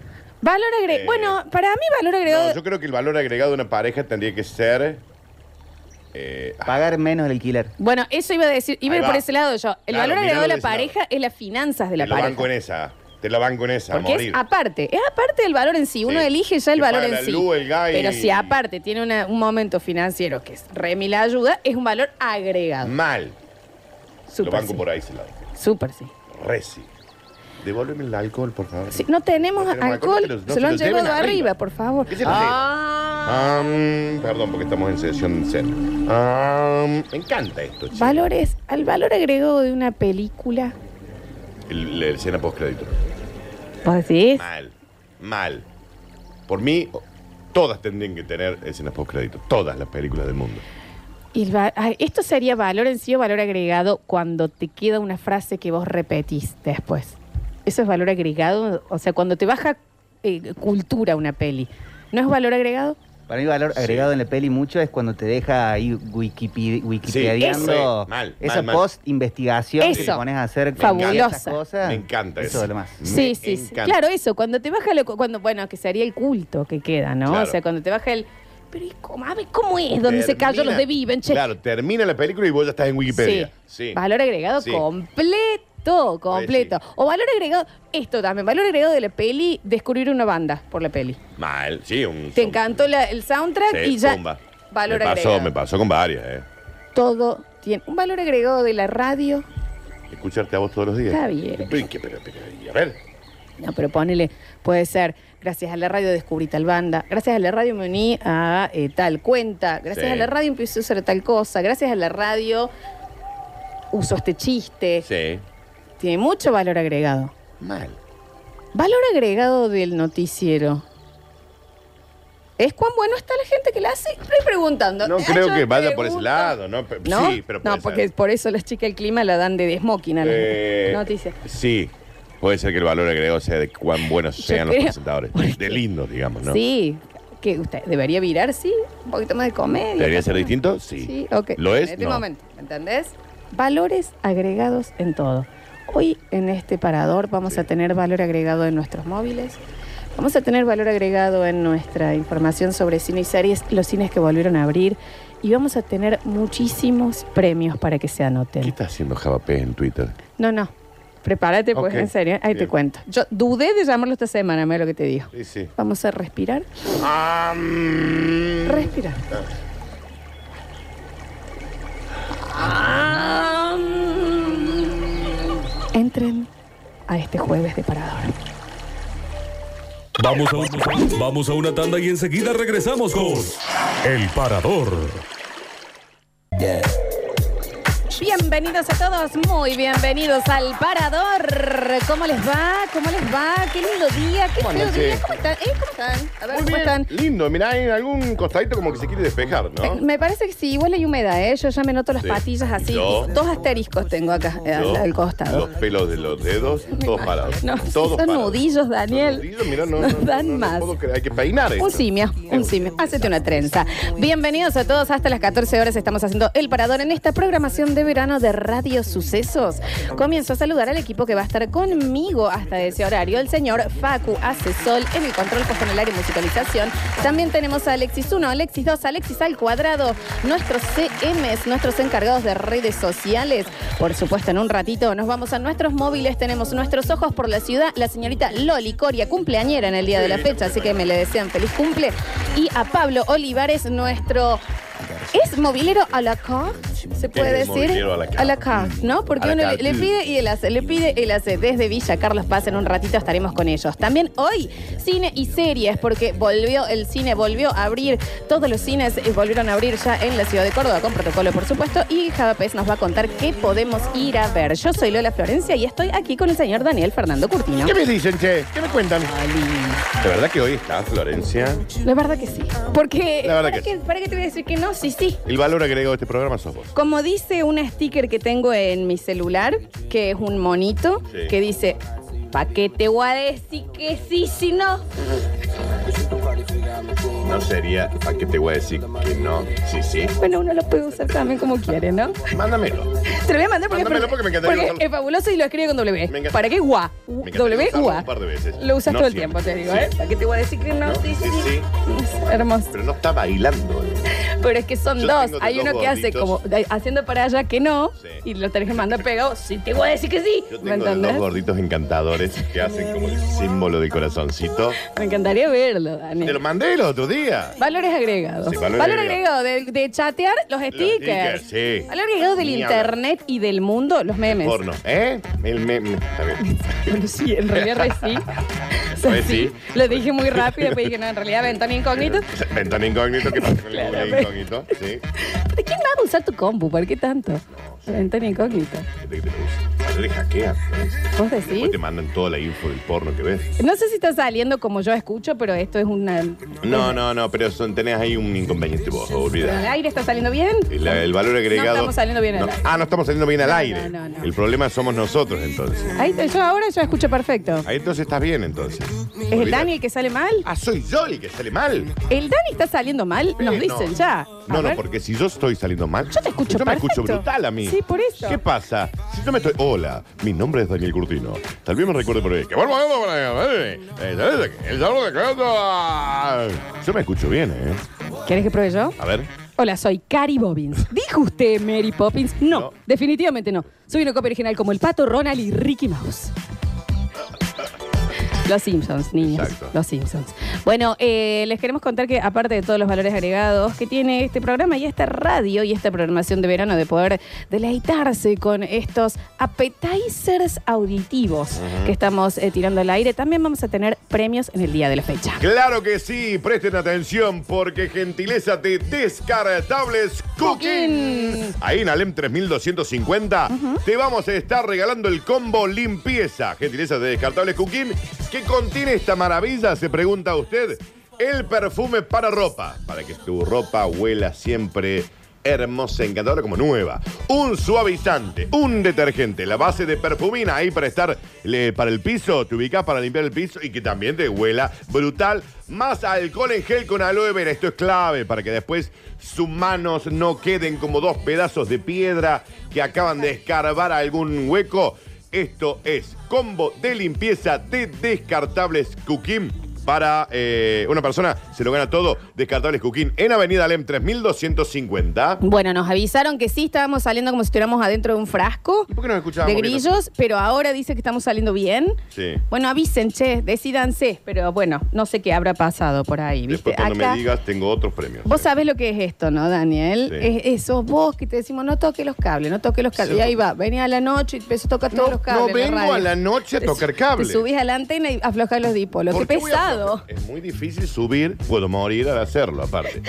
[SPEAKER 1] Valor agregado.
[SPEAKER 2] Eh,
[SPEAKER 1] bueno, para mí valor agregado.
[SPEAKER 2] No, yo creo que el valor agregado de una pareja tendría que ser. eh,
[SPEAKER 3] Pagar menos el alquiler.
[SPEAKER 1] Bueno, eso iba a decir, iba a
[SPEAKER 2] Ahí
[SPEAKER 1] ir por
[SPEAKER 2] va.
[SPEAKER 1] ese lado yo. El
[SPEAKER 2] Claro,
[SPEAKER 1] valor agregado de
[SPEAKER 2] míralo de
[SPEAKER 1] la
[SPEAKER 2] ese lado.
[SPEAKER 1] pareja es las finanzas de la
[SPEAKER 2] lo
[SPEAKER 1] pareja.
[SPEAKER 2] banco en esa. Te la van con esa, a
[SPEAKER 1] Porque
[SPEAKER 2] morir.
[SPEAKER 1] es aparte, es aparte del valor en sí. Uno
[SPEAKER 2] Sí.
[SPEAKER 1] elige ya el
[SPEAKER 2] Que
[SPEAKER 1] valor
[SPEAKER 2] paga
[SPEAKER 1] en
[SPEAKER 2] la
[SPEAKER 1] sí.
[SPEAKER 2] luz, el gas y-
[SPEAKER 1] Pero si aparte tiene una- un momento financiero que es remi la ayuda, es un valor agregado.
[SPEAKER 2] Mal.
[SPEAKER 1] Súper
[SPEAKER 2] Mm, Lo banco
[SPEAKER 1] sí.
[SPEAKER 2] por ahí, se la doy.
[SPEAKER 1] Súper sí.
[SPEAKER 2] Reci. Devuélveme el alcohol, por favor.
[SPEAKER 1] Si no tenemos
[SPEAKER 2] No tenemos
[SPEAKER 1] alcohol,
[SPEAKER 2] alcohol,
[SPEAKER 1] se lo
[SPEAKER 2] no se
[SPEAKER 1] han
[SPEAKER 2] los
[SPEAKER 1] llevado
[SPEAKER 2] deben
[SPEAKER 1] arriba,
[SPEAKER 2] arriba,
[SPEAKER 1] por favor.
[SPEAKER 2] ¿Qué se los
[SPEAKER 1] Ah,
[SPEAKER 2] Am, perdón, porque estamos en sesión de cena. Am, me encanta esto, chico.
[SPEAKER 1] valores, al valor agregado de una película,
[SPEAKER 2] El, la escena postcrédito.
[SPEAKER 1] vos decís,
[SPEAKER 2] Mal. Mal. Por mí, todas tendrían que tener escenas postcrédito. Todas las películas del mundo.
[SPEAKER 1] y el va- ay, esto sería valor en sí o valor agregado cuando te queda una frase que vos repetís después. Eso es valor agregado, o sea, cuando te baja eh, cultura una peli. ¿No es valor agregado?
[SPEAKER 3] Para mí valor
[SPEAKER 2] Sí.
[SPEAKER 3] agregado en la peli mucho es cuando te deja ahí Wikipedia, wikipediando
[SPEAKER 2] Sí, mal,
[SPEAKER 3] esa
[SPEAKER 2] mal, mal.
[SPEAKER 3] post-investigación que
[SPEAKER 1] Eso.
[SPEAKER 3] te pones a hacer con
[SPEAKER 1] Fabulosa.
[SPEAKER 3] ciertas cosas.
[SPEAKER 2] Me encanta eso.
[SPEAKER 3] Eso es lo más.
[SPEAKER 1] Sí,
[SPEAKER 2] Me
[SPEAKER 1] sí, sí.
[SPEAKER 2] encanta.
[SPEAKER 1] Claro, eso, cuando te baja, lo- cuando, bueno, que sería el culto que queda, ¿no?
[SPEAKER 2] Claro.
[SPEAKER 1] O sea, cuando te baja el... Pero ¿y cómo, A ver, ¿cómo es? Donde se cayó los de Viven, che.
[SPEAKER 2] Claro, termina la película y vos ya estás en Wikipedia. Sí.
[SPEAKER 1] Valor agregado
[SPEAKER 2] Sí.
[SPEAKER 1] completo, completo.
[SPEAKER 2] Sí.
[SPEAKER 1] O valor agregado, esto también, valor agregado de la peli, descubrir una banda por la peli.
[SPEAKER 2] Mal, sí. un-
[SPEAKER 1] Te encantó la- el soundtrack
[SPEAKER 2] Sí,
[SPEAKER 1] y ya.
[SPEAKER 2] pumba.
[SPEAKER 1] Valor
[SPEAKER 2] me pasó,
[SPEAKER 1] agregado.
[SPEAKER 2] Me pasó con varias, ¿eh?
[SPEAKER 1] Todo tiene un valor agregado de la radio.
[SPEAKER 2] Escucharte a vos todos los días.
[SPEAKER 1] Está bien.
[SPEAKER 2] Pero, ¿qué- pero- pero- y a ver.
[SPEAKER 1] No, pero ponele, puede ser, gracias a la radio descubrí tal banda, gracias a la radio me uní a eh, tal cuenta, gracias
[SPEAKER 2] Sí.
[SPEAKER 1] a la radio empecé a usar tal cosa, gracias a la radio uso este chiste.
[SPEAKER 2] Sí.
[SPEAKER 1] Tiene mucho valor agregado.
[SPEAKER 2] Mal.
[SPEAKER 1] Valor agregado del noticiero. ¿Es cuán bueno está la gente que la hace? Estoy preguntando.
[SPEAKER 2] No
[SPEAKER 1] Ah,
[SPEAKER 2] creo
[SPEAKER 1] yo
[SPEAKER 2] que vaya por ese
[SPEAKER 1] pregunto.
[SPEAKER 2] lado, ¿no? Pe-
[SPEAKER 1] ¿No?
[SPEAKER 2] Sí, pero
[SPEAKER 1] no,
[SPEAKER 2] puede
[SPEAKER 1] porque
[SPEAKER 2] ser.
[SPEAKER 1] por eso las chicas del clima la dan de smoking a las
[SPEAKER 2] Eh,
[SPEAKER 1] noticias.
[SPEAKER 2] Sí. Puede ser que el valor agregado sea de cuán buenos
[SPEAKER 1] Yo
[SPEAKER 2] sean los
[SPEAKER 1] creo,
[SPEAKER 2] presentadores.
[SPEAKER 1] porque-
[SPEAKER 2] De lindos, digamos, ¿no?
[SPEAKER 1] Sí, que usted debería virar, sí, un poquito más de comedia.
[SPEAKER 2] ¿Debería
[SPEAKER 1] capaz.
[SPEAKER 2] ser distinto? Sí.
[SPEAKER 1] Sí, ok.
[SPEAKER 2] ¿Lo es?
[SPEAKER 1] En este
[SPEAKER 2] No.
[SPEAKER 1] momento, ¿me entendés? Valores agregados en todo. Hoy en este parador vamos
[SPEAKER 2] Sí.
[SPEAKER 1] a tener valor agregado en nuestros móviles. Vamos a tener valor agregado en nuestra información sobre cine y series, los cines que volvieron a abrir. Y vamos a tener muchísimos premios para que se
[SPEAKER 2] ¿Qué
[SPEAKER 1] anoten.
[SPEAKER 2] está haciendo Java Pez en Twitter?
[SPEAKER 1] No, no. Prepárate, pues,
[SPEAKER 2] Ok,
[SPEAKER 1] en serio. Ahí te
[SPEAKER 2] bien.
[SPEAKER 1] cuento. Yo dudé de llamarlo esta semana, mira lo que te digo.
[SPEAKER 2] Sí, sí.
[SPEAKER 1] Vamos a respirar.
[SPEAKER 2] Am.
[SPEAKER 1] Respira. Entren a este jueves de parador.
[SPEAKER 4] Vamos a, un- vamos a una tanda y enseguida regresamos con El Parador.
[SPEAKER 1] Bienvenidos a todos, muy bienvenidos al parador. ¿Cómo les va? ¿Cómo les va? Qué lindo día, qué
[SPEAKER 2] Bueno,
[SPEAKER 1] feo
[SPEAKER 2] sí.
[SPEAKER 1] día. ¿Cómo están? ¿Eh? ¿Cómo están? A ver,
[SPEAKER 2] Muy
[SPEAKER 1] ¿cómo están?
[SPEAKER 2] bien. Lindo. Mirá, hay algún costadito como que se quiere despejar,
[SPEAKER 1] Eh,
[SPEAKER 2] ¿no?
[SPEAKER 1] Me parece que sí, igual hay humedad, ¿eh? Yo ya me noto las
[SPEAKER 2] Sí.
[SPEAKER 1] patillas así.
[SPEAKER 2] Yo-
[SPEAKER 1] Dos asteriscos tengo acá, eh, al,
[SPEAKER 2] Yo,
[SPEAKER 1] al costado.
[SPEAKER 2] Los pelos de los dedos,
[SPEAKER 1] Me
[SPEAKER 2] todos
[SPEAKER 1] imagino.
[SPEAKER 2] parados.
[SPEAKER 1] No,
[SPEAKER 2] todos
[SPEAKER 1] son
[SPEAKER 2] parados.
[SPEAKER 1] nudillos, Daniel.
[SPEAKER 2] Son nudillos, mirá, no,
[SPEAKER 1] Nos
[SPEAKER 2] no, no,
[SPEAKER 1] dan
[SPEAKER 2] no, no
[SPEAKER 1] más.
[SPEAKER 2] puedo creer, hay que peinar
[SPEAKER 1] Un
[SPEAKER 2] esto.
[SPEAKER 1] simio, un simio. Hacete una trenza. Bienvenidos a todos. Hasta las 14 horas estamos haciendo El Parador en esta programación de verano de Radio Sucesos. Comienzo a saludar al equipo que va a estar conmigo hasta ese horario. El señor Facu hace sol en el control puesto en el área de musicalización. También tenemos a Alexis 1, Alexis 2, Alexis al cuadrado. Nuestros CMs, nuestros encargados de redes sociales. Por supuesto, en un ratito nos vamos a nuestros móviles. Tenemos nuestros ojos por la ciudad. La señorita Loli Coria, cumpleañera en el día de la fecha, así que me le desean feliz cumple. Y a Pablo Olivares, nuestro. ¿Es movilero a la carte? ¿Se puede
[SPEAKER 2] Es
[SPEAKER 1] decir?
[SPEAKER 2] movilero a la carte.
[SPEAKER 1] carte, ¿no? Porque
[SPEAKER 2] A la
[SPEAKER 1] uno le,
[SPEAKER 2] carte.
[SPEAKER 1] le pide y él hace, le pide él hace. Desde Villa Carlos Paz, en un ratito estaremos con ellos. También hoy, cine y series, porque volvió el cine, volvió a abrir. Todos los cines eh, volvieron a abrir ya en la ciudad de Córdoba, con protocolo, por supuesto. Y Javapés nos va a contar qué podemos ir a ver. Yo soy Lola Florencia y estoy aquí con el señor Daniel Fernando Curtino.
[SPEAKER 2] ¿Qué me dicen, che? ¿Qué me cuentan?
[SPEAKER 1] Ah,
[SPEAKER 2] De verdad que hoy está Florencia.
[SPEAKER 1] La verdad que sí. Porque.
[SPEAKER 2] La verdad
[SPEAKER 1] ¿para,
[SPEAKER 2] que
[SPEAKER 1] qué,
[SPEAKER 2] sí.
[SPEAKER 1] para qué te voy a decir que no? Sí, sí.
[SPEAKER 2] El valor agregado de este programa sos vos.
[SPEAKER 1] Como dice un sticker que tengo en mi celular, que es un monito,
[SPEAKER 2] Sí.
[SPEAKER 1] que dice. ¿Pa' qué te voy a decir que sí si no?
[SPEAKER 2] No sería, ¿a qué te voy a decir que no? Sí, sí.
[SPEAKER 1] Bueno, uno lo puede usar también como quiere, ¿no?
[SPEAKER 2] Mándamelo.
[SPEAKER 1] Te lo voy a mandar porque,
[SPEAKER 2] Mándamelo porque me encantaría
[SPEAKER 1] porque
[SPEAKER 2] usarlo.
[SPEAKER 1] es fabuloso y lo escribe con W.
[SPEAKER 2] Me encanta-
[SPEAKER 1] ¿Para qué gua?
[SPEAKER 2] Me encantaría
[SPEAKER 1] W
[SPEAKER 2] usarlo
[SPEAKER 1] gua.
[SPEAKER 2] un par de veces.
[SPEAKER 1] Lo usas
[SPEAKER 2] No
[SPEAKER 1] todo el tiempo,
[SPEAKER 2] siempre.
[SPEAKER 1] te digo,
[SPEAKER 2] Sí.
[SPEAKER 1] ¿eh? ¿Para qué te voy a decir que no?
[SPEAKER 2] No,
[SPEAKER 1] Sí, sí,
[SPEAKER 2] sí,
[SPEAKER 1] sí.
[SPEAKER 2] sí.
[SPEAKER 1] Es hermoso.
[SPEAKER 2] Pero no está bailando. eh.
[SPEAKER 1] Pero es que son
[SPEAKER 2] Yo
[SPEAKER 1] dos.
[SPEAKER 2] tengo de
[SPEAKER 1] Hay
[SPEAKER 2] dos
[SPEAKER 1] uno que hace
[SPEAKER 2] gorditos.
[SPEAKER 1] como da- haciendo para allá que no
[SPEAKER 2] Sí.
[SPEAKER 1] y lo tenés que mandar pegado. Sí, te voy a decir que sí.
[SPEAKER 2] Yo
[SPEAKER 1] ¿Me
[SPEAKER 2] tengo de dos
[SPEAKER 1] entendés?
[SPEAKER 2] gorditos encantadores que hacen como el símbolo de corazoncito.
[SPEAKER 1] Me encantaría verlo,
[SPEAKER 2] Te lo
[SPEAKER 1] Daniel.
[SPEAKER 2] mandé el otro día.
[SPEAKER 1] Valores agregados.
[SPEAKER 2] Sí,
[SPEAKER 1] valor,
[SPEAKER 2] valor
[SPEAKER 1] agregado,
[SPEAKER 2] agregado.
[SPEAKER 1] de, de chatear los stickers.
[SPEAKER 2] stickers, sí.
[SPEAKER 1] Valor agregado del
[SPEAKER 2] Ni hablar.
[SPEAKER 1] internet y del mundo, los memes.
[SPEAKER 2] Porno. ¿Eh? El meme. Está bien.
[SPEAKER 1] Bueno, sí, en realidad re sí. O sea,
[SPEAKER 2] Re
[SPEAKER 1] sí.
[SPEAKER 2] sí.
[SPEAKER 1] Lo dije muy rápido, después dije, no, en realidad ventana incógnito.
[SPEAKER 2] Ventana incógnito, ¿qué pasa con el
[SPEAKER 1] Claro,
[SPEAKER 2] Google
[SPEAKER 1] pero-
[SPEAKER 2] incógnito? Sí.
[SPEAKER 1] ¿De quién va a usar tu compu? ¿Para qué tanto? Ventana incógnita.
[SPEAKER 2] Gente Este que te lo usa. Te hackean. ¿no?
[SPEAKER 1] ¿Vos
[SPEAKER 2] Después
[SPEAKER 1] decís?
[SPEAKER 2] te mandan toda la info del porno que ves.
[SPEAKER 1] No sé si está saliendo como yo escucho, pero esto es una...
[SPEAKER 2] No, no, no, pero son, tenés ahí un inconveniente vos,
[SPEAKER 1] ¿El
[SPEAKER 2] olvidá.
[SPEAKER 1] aire está saliendo bien?
[SPEAKER 2] El, el valor agregado.
[SPEAKER 1] No estamos saliendo bien al
[SPEAKER 2] No-
[SPEAKER 1] aire.
[SPEAKER 2] Ah, no estamos saliendo bien al
[SPEAKER 1] No,
[SPEAKER 2] aire.
[SPEAKER 1] no, no, no.
[SPEAKER 2] El problema somos nosotros entonces.
[SPEAKER 1] Ahí está, yo ahora yo escucho perfecto.
[SPEAKER 2] Ahí entonces estás bien entonces.
[SPEAKER 1] ¿Es el Dani el que sale mal?
[SPEAKER 2] Ah, soy yo el que sale mal.
[SPEAKER 1] ¿El Dani está saliendo mal? Nos
[SPEAKER 2] Eh, no.
[SPEAKER 1] dicen ya. A
[SPEAKER 2] No, no,
[SPEAKER 1] ver.
[SPEAKER 2] porque si yo estoy saliendo mal.
[SPEAKER 1] Yo te escucho
[SPEAKER 2] Yo me escucho
[SPEAKER 1] perfecto.
[SPEAKER 2] brutal a mí.
[SPEAKER 1] Sí, por eso.
[SPEAKER 2] ¿Qué pasa? Si yo me estoy. Hola, mi nombre es Daniel Curtino. Tal vez me recuerde por ahí. Que vuelvo a verlo por ahí. Eh, ¿sabes? El saludo de Cleto. Yo me escucho bien, ¿eh?
[SPEAKER 1] ¿Querés que pruebe yo?
[SPEAKER 2] A ver.
[SPEAKER 1] Hola, soy Cari Bobbins. ¿Dijo usted Mary Poppins? No,
[SPEAKER 2] No.
[SPEAKER 1] definitivamente no. Soy una copia original como el Pato, Ronald y Ricky Mouse. Los Simpsons, niños.
[SPEAKER 2] Exacto.
[SPEAKER 1] Los Simpsons. Bueno, eh, les queremos contar que aparte de todos los valores agregados que tiene este programa y esta radio y esta programación de verano de poder deleitarse con estos appetizers auditivos que estamos eh, tirando al aire, también vamos a tener premios en el día de la fecha.
[SPEAKER 2] Claro que sí, presten atención porque gentileza de Descartables Cooking. Ahí en Alem 3250 te vamos a estar regalando el combo limpieza. Gentileza de Descartables Cooking. ¿Qué contiene esta maravilla? Se pregunta usted. El perfume para ropa, para que tu ropa huela siempre hermosa, encantadora como nueva. Un suavizante, un detergente, la base de perfumina ahí para estar le- para el piso, te ubicas para limpiar el piso y que también te huela brutal. Más alcohol en gel con aloe vera, esto es clave para que después sus manos no queden como dos pedazos de piedra que acaban de escarbar algún hueco. Esto es combo de limpieza de descartables Cooking para eh, una persona. Se lo gana todo. Descartables Cuquín en Avenida Alem 3250.
[SPEAKER 1] Bueno, nos avisaron que sí estábamos saliendo como si estuviéramos adentro de un frasco
[SPEAKER 2] ¿Y por qué nos escuchábamos?
[SPEAKER 1] de grillos, pero ahora dice que estamos saliendo bien.
[SPEAKER 2] Sí.
[SPEAKER 1] Bueno, avisen, che, decidanse, pero bueno, no sé qué habrá pasado por ahí, ¿viste?
[SPEAKER 2] Después cuando
[SPEAKER 1] Acá-
[SPEAKER 2] me digas, tengo otros premios.
[SPEAKER 1] Vos sabés lo que es esto, ¿no, Daniel?
[SPEAKER 2] Sí.
[SPEAKER 1] Es esos vos que te decimos, no toque los cables, no toque los cables.
[SPEAKER 2] Sí.
[SPEAKER 1] Y ahí va, venía a la noche y empezó a tocar todos
[SPEAKER 2] No,
[SPEAKER 1] los cables.
[SPEAKER 2] no vengo
[SPEAKER 1] radio.
[SPEAKER 2] a la noche a
[SPEAKER 1] Te
[SPEAKER 2] tocar
[SPEAKER 1] su-
[SPEAKER 2] cables.
[SPEAKER 1] Te subís a la antena y aflojás los dipolos. ¡Qué
[SPEAKER 2] ¿Por voy a-
[SPEAKER 1] pesado!
[SPEAKER 2] Es muy difícil subir. Puedo morir al hacerlo, aparte.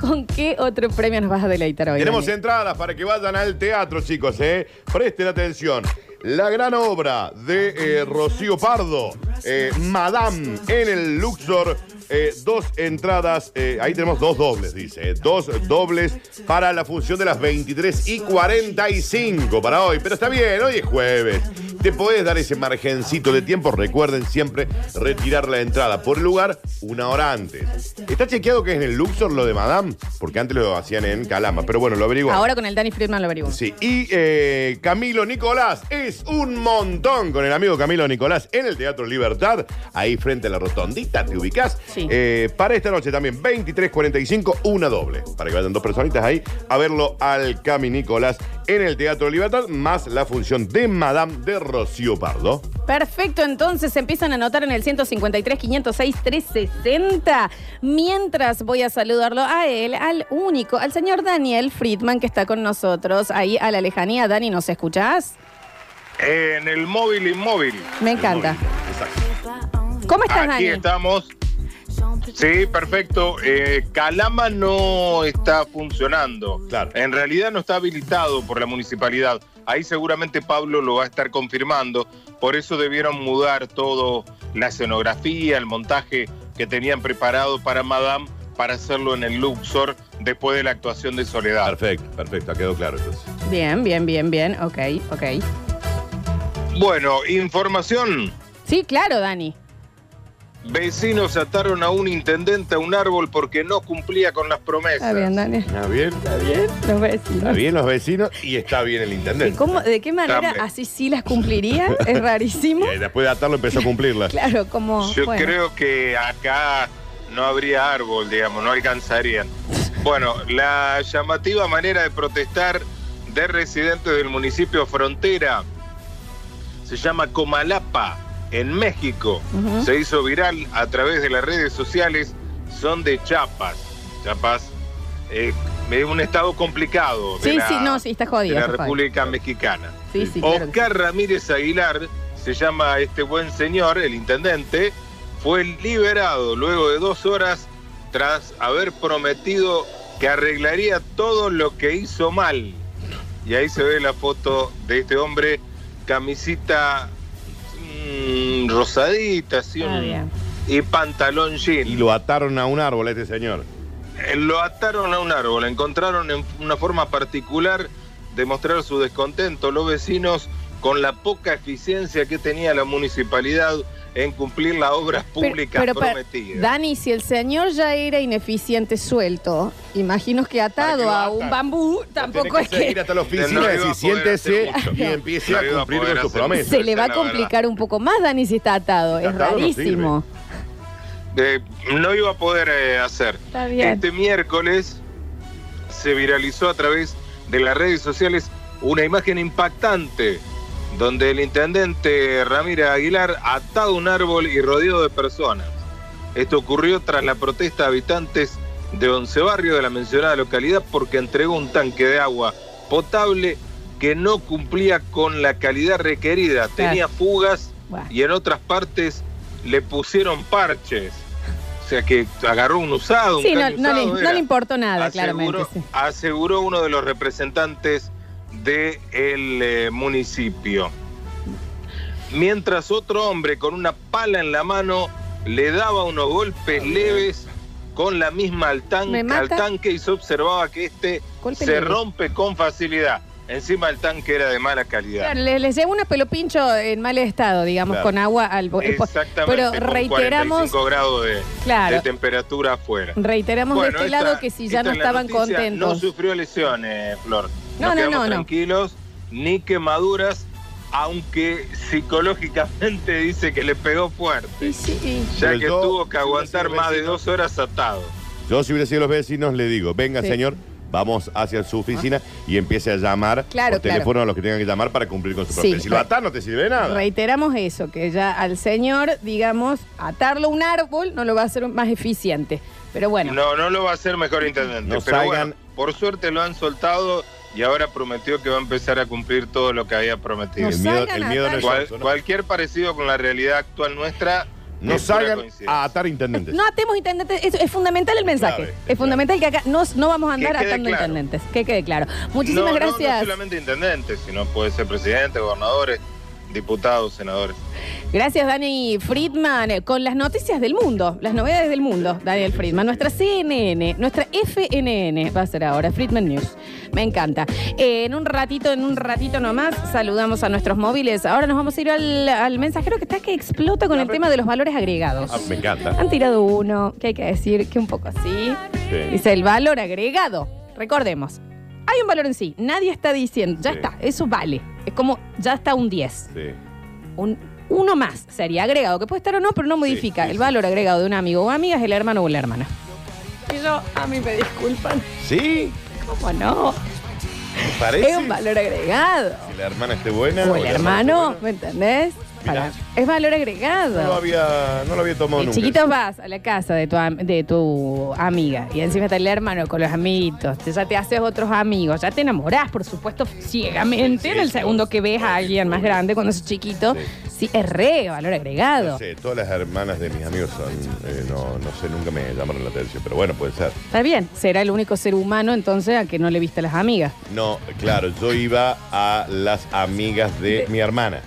[SPEAKER 1] ¿Con qué otro premio nos vas a deleitar hoy?
[SPEAKER 2] Tenemos
[SPEAKER 1] Daniel?
[SPEAKER 2] entradas para que vayan al teatro, chicos, ¿eh? Presten atención. La gran obra de eh, Rocío Pardo, eh, Madame en el Luxor. eh, dos entradas, eh, ahí tenemos dos dobles, dice. eh, dos dobles para la función de las 23 y 45 para hoy. Pero está bien, hoy es jueves. Te podés dar ese margencito de tiempo. Recuerden siempre retirar la entrada por lugar una hora antes. Está chequeado que es en el Luxor lo de Madame, porque antes lo hacían en Calama. Pero bueno, lo averiguamos.
[SPEAKER 1] Ahora con el Dani Friedman lo averiguamos.
[SPEAKER 2] Sí, y eh, Camilo Nicolás es un montón con el amigo Camilo Nicolás en el Teatro Libertad, ahí frente a la rotondita, te ubicás.
[SPEAKER 1] Sí.
[SPEAKER 2] Eh, para esta noche también, 23.45, una doble, para que vayan dos personitas ahí a verlo al Cami Nicolás en el Teatro Libertad, más la función de Madame de Rocío Pardo.
[SPEAKER 1] Perfecto, entonces se empiezan a anotar en el 153, 506, 360. Mientras voy a saludarlo a él, al único, al señor Daniel Friedman que está con nosotros ahí a la lejanía. Dani, ¿nos escuchás?
[SPEAKER 5] En el móvil inmóvil.
[SPEAKER 1] Me encanta.
[SPEAKER 2] Exacto.
[SPEAKER 1] ¿Cómo estás,
[SPEAKER 5] Aquí
[SPEAKER 1] Dani?
[SPEAKER 5] estamos. Sí, perfecto. Eh, Calama no está funcionando.
[SPEAKER 2] Claro.
[SPEAKER 5] En realidad no está habilitado por la municipalidad. Ahí seguramente Pablo lo va a estar confirmando. Por eso debieron mudar todo la escenografía, el montaje que tenían preparado para Madame para hacerlo en el Luxor después de la actuación de Soledad.
[SPEAKER 2] Perfecto, perfecto, ha quedado claro entonces.
[SPEAKER 1] Bien, bien, bien, bien. Ok, ok.
[SPEAKER 5] Bueno, información.
[SPEAKER 1] Sí, claro, Dani.
[SPEAKER 5] Vecinos ataron a un intendente a un árbol porque no cumplía con las promesas.
[SPEAKER 1] Está bien, Daniel.
[SPEAKER 2] Está bien,
[SPEAKER 1] Los
[SPEAKER 2] está
[SPEAKER 1] vecinos.
[SPEAKER 2] bien los vecinos y está bien el
[SPEAKER 1] ¿Y
[SPEAKER 2] intendente.
[SPEAKER 1] cómo- ¿De qué manera
[SPEAKER 5] También.
[SPEAKER 1] así sí las cumpliría? Es rarísimo.
[SPEAKER 2] Y eh, después de atarlo empezó a cumplirla.
[SPEAKER 1] Claro, como.
[SPEAKER 5] Yo
[SPEAKER 1] bueno.
[SPEAKER 5] creo que acá no habría árbol, digamos, no alcanzarían. Bueno, la llamativa manera de protestar de residentes del municipio Frontera se llama Comalapa, en México.
[SPEAKER 1] Ujú.
[SPEAKER 5] Se hizo viral a través de las redes sociales. Son de Chiapas. Chiapas eh, es un estado complicado de
[SPEAKER 1] Sí,
[SPEAKER 5] la-
[SPEAKER 1] sí, no, sí, está
[SPEAKER 5] de
[SPEAKER 1] jodido.
[SPEAKER 5] la
[SPEAKER 1] está jodido.
[SPEAKER 5] República Mexicana.
[SPEAKER 1] Sí, sí, claro. que sí.
[SPEAKER 5] Oscar Ramírez Aguilar, se llama este buen señor, el intendente, fue liberado luego de dos horas tras haber prometido que arreglaría todo lo que hizo mal. Y ahí se ve la foto de este hombre, camisita mm, rosadita, así,
[SPEAKER 1] Está
[SPEAKER 5] un-
[SPEAKER 1] bien.
[SPEAKER 5] y pantalón jean.
[SPEAKER 2] Y lo ataron a un árbol a este señor.
[SPEAKER 5] Eh, Lo ataron a un árbol, encontraron en una forma particular de mostrar su descontento los vecinos con la poca eficiencia que tenía la municipalidad en cumplir las obras públicas
[SPEAKER 1] per-
[SPEAKER 5] prometidas.
[SPEAKER 1] Dani, si el señor ya era ineficiente suelto, imagino que
[SPEAKER 2] ¿Para qué
[SPEAKER 1] atado
[SPEAKER 2] lo
[SPEAKER 1] a
[SPEAKER 2] atan?
[SPEAKER 1] un bambú tampoco es
[SPEAKER 2] Tiene que ir
[SPEAKER 1] que
[SPEAKER 2] hasta la
[SPEAKER 5] No
[SPEAKER 2] oficina
[SPEAKER 5] iba
[SPEAKER 2] y
[SPEAKER 5] a
[SPEAKER 2] decir,
[SPEAKER 5] poder
[SPEAKER 2] siéntese
[SPEAKER 5] hacer mucho.
[SPEAKER 2] y empiece
[SPEAKER 5] No
[SPEAKER 2] a
[SPEAKER 5] iba a
[SPEAKER 2] cumplir
[SPEAKER 5] poder
[SPEAKER 2] con su
[SPEAKER 5] hacer
[SPEAKER 2] promesa.
[SPEAKER 5] mucho.
[SPEAKER 1] se le va a
[SPEAKER 5] La verdad.
[SPEAKER 1] complicar un poco más, Dani, si está atado.
[SPEAKER 2] Está
[SPEAKER 1] es
[SPEAKER 2] atado, no
[SPEAKER 1] rarísimo.
[SPEAKER 5] Eh, no iba a poder eh, hacer.
[SPEAKER 1] Está bien.
[SPEAKER 5] Este miércoles se viralizó a través de las redes sociales una imagen impactante donde el intendente Ramírez Aguilar atado a un árbol y rodeado de personas. Esto ocurrió tras la protesta de habitantes de Once Barrio de la mencionada localidad porque entregó un tanque de agua potable que no cumplía con la calidad requerida. Tenía fugas
[SPEAKER 1] Bueno.
[SPEAKER 5] y en otras partes le pusieron parches. O sea que agarró un usado, un
[SPEAKER 1] Sí, no,
[SPEAKER 5] caño
[SPEAKER 1] no le,
[SPEAKER 5] usado,
[SPEAKER 1] no
[SPEAKER 5] era.
[SPEAKER 1] le importó nada,
[SPEAKER 5] Aseguró-
[SPEAKER 1] claramente. sí.
[SPEAKER 5] Aseguró uno de los representantes del eh, municipio. Mientras otro hombre con una pala en la mano le daba unos golpes leves con la misma al, tan-
[SPEAKER 1] Me mata.
[SPEAKER 5] al tanque y se observaba que este
[SPEAKER 1] Golpe
[SPEAKER 5] se
[SPEAKER 1] leve.
[SPEAKER 5] rompe con facilidad. Encima el tanque era de mala calidad.
[SPEAKER 1] Claro, le- les llevo una pelopincho en mal estado, digamos,
[SPEAKER 2] Claro.
[SPEAKER 1] con agua al bo-
[SPEAKER 5] Exactamente,
[SPEAKER 1] Pero
[SPEAKER 5] con
[SPEAKER 1] reiteramos,
[SPEAKER 5] 45 grados de,
[SPEAKER 1] Claro.
[SPEAKER 5] de temperatura afuera.
[SPEAKER 1] reiteramos
[SPEAKER 5] Bueno,
[SPEAKER 1] de este
[SPEAKER 5] esta-
[SPEAKER 1] lado que si ya
[SPEAKER 5] esta
[SPEAKER 1] no
[SPEAKER 5] es la
[SPEAKER 1] estaban
[SPEAKER 5] noticia. No
[SPEAKER 1] contentos.
[SPEAKER 5] sufrió lesiones, Flor.
[SPEAKER 1] No,
[SPEAKER 5] Nos
[SPEAKER 1] no,
[SPEAKER 5] quedamos
[SPEAKER 1] no, no.
[SPEAKER 5] tranquilos, ni quemaduras, aunque psicológicamente dice que le pegó fuerte,
[SPEAKER 1] Y sí, y-
[SPEAKER 5] ya
[SPEAKER 2] Pero
[SPEAKER 5] que
[SPEAKER 2] yo,
[SPEAKER 5] tuvo que
[SPEAKER 2] si
[SPEAKER 5] aguantar
[SPEAKER 2] hubiera sido
[SPEAKER 5] más de
[SPEAKER 2] vecino-
[SPEAKER 5] dos horas atado.
[SPEAKER 2] Yo si hubiera sido los vecinos le digo, venga
[SPEAKER 1] Sí.
[SPEAKER 2] señor, vamos hacia su oficina y empiece a llamar
[SPEAKER 1] Claro,
[SPEAKER 2] por teléfono a los que tengan que llamar para cumplir con su
[SPEAKER 1] Sí.
[SPEAKER 2] promesa. Si lo atás no te sirve de nada.
[SPEAKER 1] Reiteramos eso, que ya al señor, digamos, atarlo a un árbol no lo va a hacer más eficiente. Pero bueno,
[SPEAKER 5] No, no lo va a hacer mejor intendente.
[SPEAKER 2] No
[SPEAKER 5] pero
[SPEAKER 2] salgan-
[SPEAKER 5] bueno, por suerte lo han soltado y ahora prometió que va a empezar a cumplir todo lo que había prometido.
[SPEAKER 1] No
[SPEAKER 2] el miedo,
[SPEAKER 1] salgan
[SPEAKER 2] el
[SPEAKER 1] a
[SPEAKER 2] miedo no
[SPEAKER 1] atar-
[SPEAKER 2] es
[SPEAKER 5] Cual-
[SPEAKER 2] eso, ¿no?
[SPEAKER 5] Cualquier parecido con la realidad actual nuestra
[SPEAKER 2] No
[SPEAKER 5] es pura
[SPEAKER 2] salgan
[SPEAKER 5] coincidencia.
[SPEAKER 2] a atar intendentes.
[SPEAKER 1] no atemos intendentes, es, es fundamental el mensaje.
[SPEAKER 2] Clave,
[SPEAKER 1] es
[SPEAKER 2] clave.
[SPEAKER 1] fundamental que acá no, no vamos a
[SPEAKER 5] Que
[SPEAKER 1] andar
[SPEAKER 5] quede
[SPEAKER 1] atando
[SPEAKER 5] claro.
[SPEAKER 1] intendentes, que quede claro. Muchísimas
[SPEAKER 5] No, no, No,
[SPEAKER 1] gracias.
[SPEAKER 5] solamente intendentes, sino puede ser presidente, gobernadores, diputados, senadores.
[SPEAKER 1] Gracias, Dani Friedman, eh, con las noticias del mundo, las novedades del mundo, Daniel Friedman. Nuestra CNN, nuestra FNN va a ser ahora, Friedman News. Me encanta. Eh, en un ratito, en un ratito nomás, saludamos a nuestros móviles. Ahora nos vamos a ir al, al mensajero que está que explota con el tema de los valores agregados.
[SPEAKER 2] Ah, me encanta.
[SPEAKER 1] Han tirado uno, que hay que decir que un poco así.
[SPEAKER 2] Sí.
[SPEAKER 1] Dice el valor agregado. Recordemos, hay un valor en sí. Nadie está diciendo, ya
[SPEAKER 2] Sí.
[SPEAKER 1] está, eso vale. Es como, ya está un 10
[SPEAKER 2] Sí.
[SPEAKER 1] un, uno más sería agregado, que puede estar o no, pero no modifica. el valor agregado de un amigo o amiga es el hermano o la hermana. Y yo, a mí me disculpan,
[SPEAKER 2] Sí,
[SPEAKER 1] ¿cómo no?
[SPEAKER 2] parece.
[SPEAKER 1] Es un valor agregado.
[SPEAKER 2] Que la hermana esté buena.
[SPEAKER 1] O el
[SPEAKER 2] la
[SPEAKER 1] hermano,
[SPEAKER 2] esté
[SPEAKER 1] ¿me entendés? Para- es valor agregado.
[SPEAKER 2] buena. No lo había, no lo había tomado
[SPEAKER 1] De
[SPEAKER 2] nunca.
[SPEAKER 1] chiquito vas a la casa de tu, am- de tu amiga y encima está el hermano con los amiguitos. Te- Ya te haces otros amigos, ya te enamorás, por supuesto, ciegamente
[SPEAKER 2] Sí, sí,
[SPEAKER 1] en el
[SPEAKER 2] sí,
[SPEAKER 1] segundo
[SPEAKER 2] sí,
[SPEAKER 1] que ves a
[SPEAKER 2] sí,
[SPEAKER 1] alguien más
[SPEAKER 2] obvio.
[SPEAKER 1] grande cuando sos chiquito. Sí, es re valor agregado.
[SPEAKER 2] No sé, todas las hermanas de mis amigos son. eh, no, no sé, nunca me llamaron la atención. Pero bueno, puede ser.
[SPEAKER 1] Está bien, será el único ser humano entonces a que no le viste a las amigas.
[SPEAKER 2] No, claro, yo iba a las amigas de mi hermana.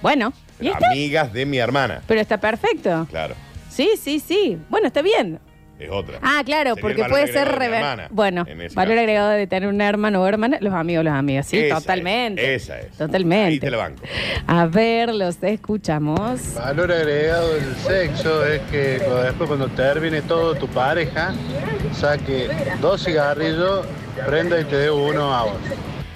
[SPEAKER 1] Bueno, ¿y está?
[SPEAKER 2] Amigas de mi hermana.
[SPEAKER 1] Pero está perfecto.
[SPEAKER 2] Claro.
[SPEAKER 1] Sí, sí, sí. Bueno, está bien.
[SPEAKER 2] es otra.
[SPEAKER 1] Ah, claro,
[SPEAKER 2] Sería el
[SPEAKER 1] porque
[SPEAKER 2] valor
[SPEAKER 1] puede ser
[SPEAKER 2] agregado de mi
[SPEAKER 1] rever-
[SPEAKER 2] hermana,
[SPEAKER 1] Bueno,
[SPEAKER 2] en ese
[SPEAKER 1] valor
[SPEAKER 2] caso.
[SPEAKER 1] agregado de tener una hermana o hermana, los amigos, las amigas. Sí,
[SPEAKER 2] Esa es,
[SPEAKER 1] totalmente.
[SPEAKER 2] esa es.
[SPEAKER 1] Totalmente.
[SPEAKER 2] Ahí te la banco.
[SPEAKER 1] A ver, los escuchamos.
[SPEAKER 6] valor agregado del sexo es que cuando- después cuando termine todo tu pareja, saque dos cigarrillos, prenda y te dé uno a vos.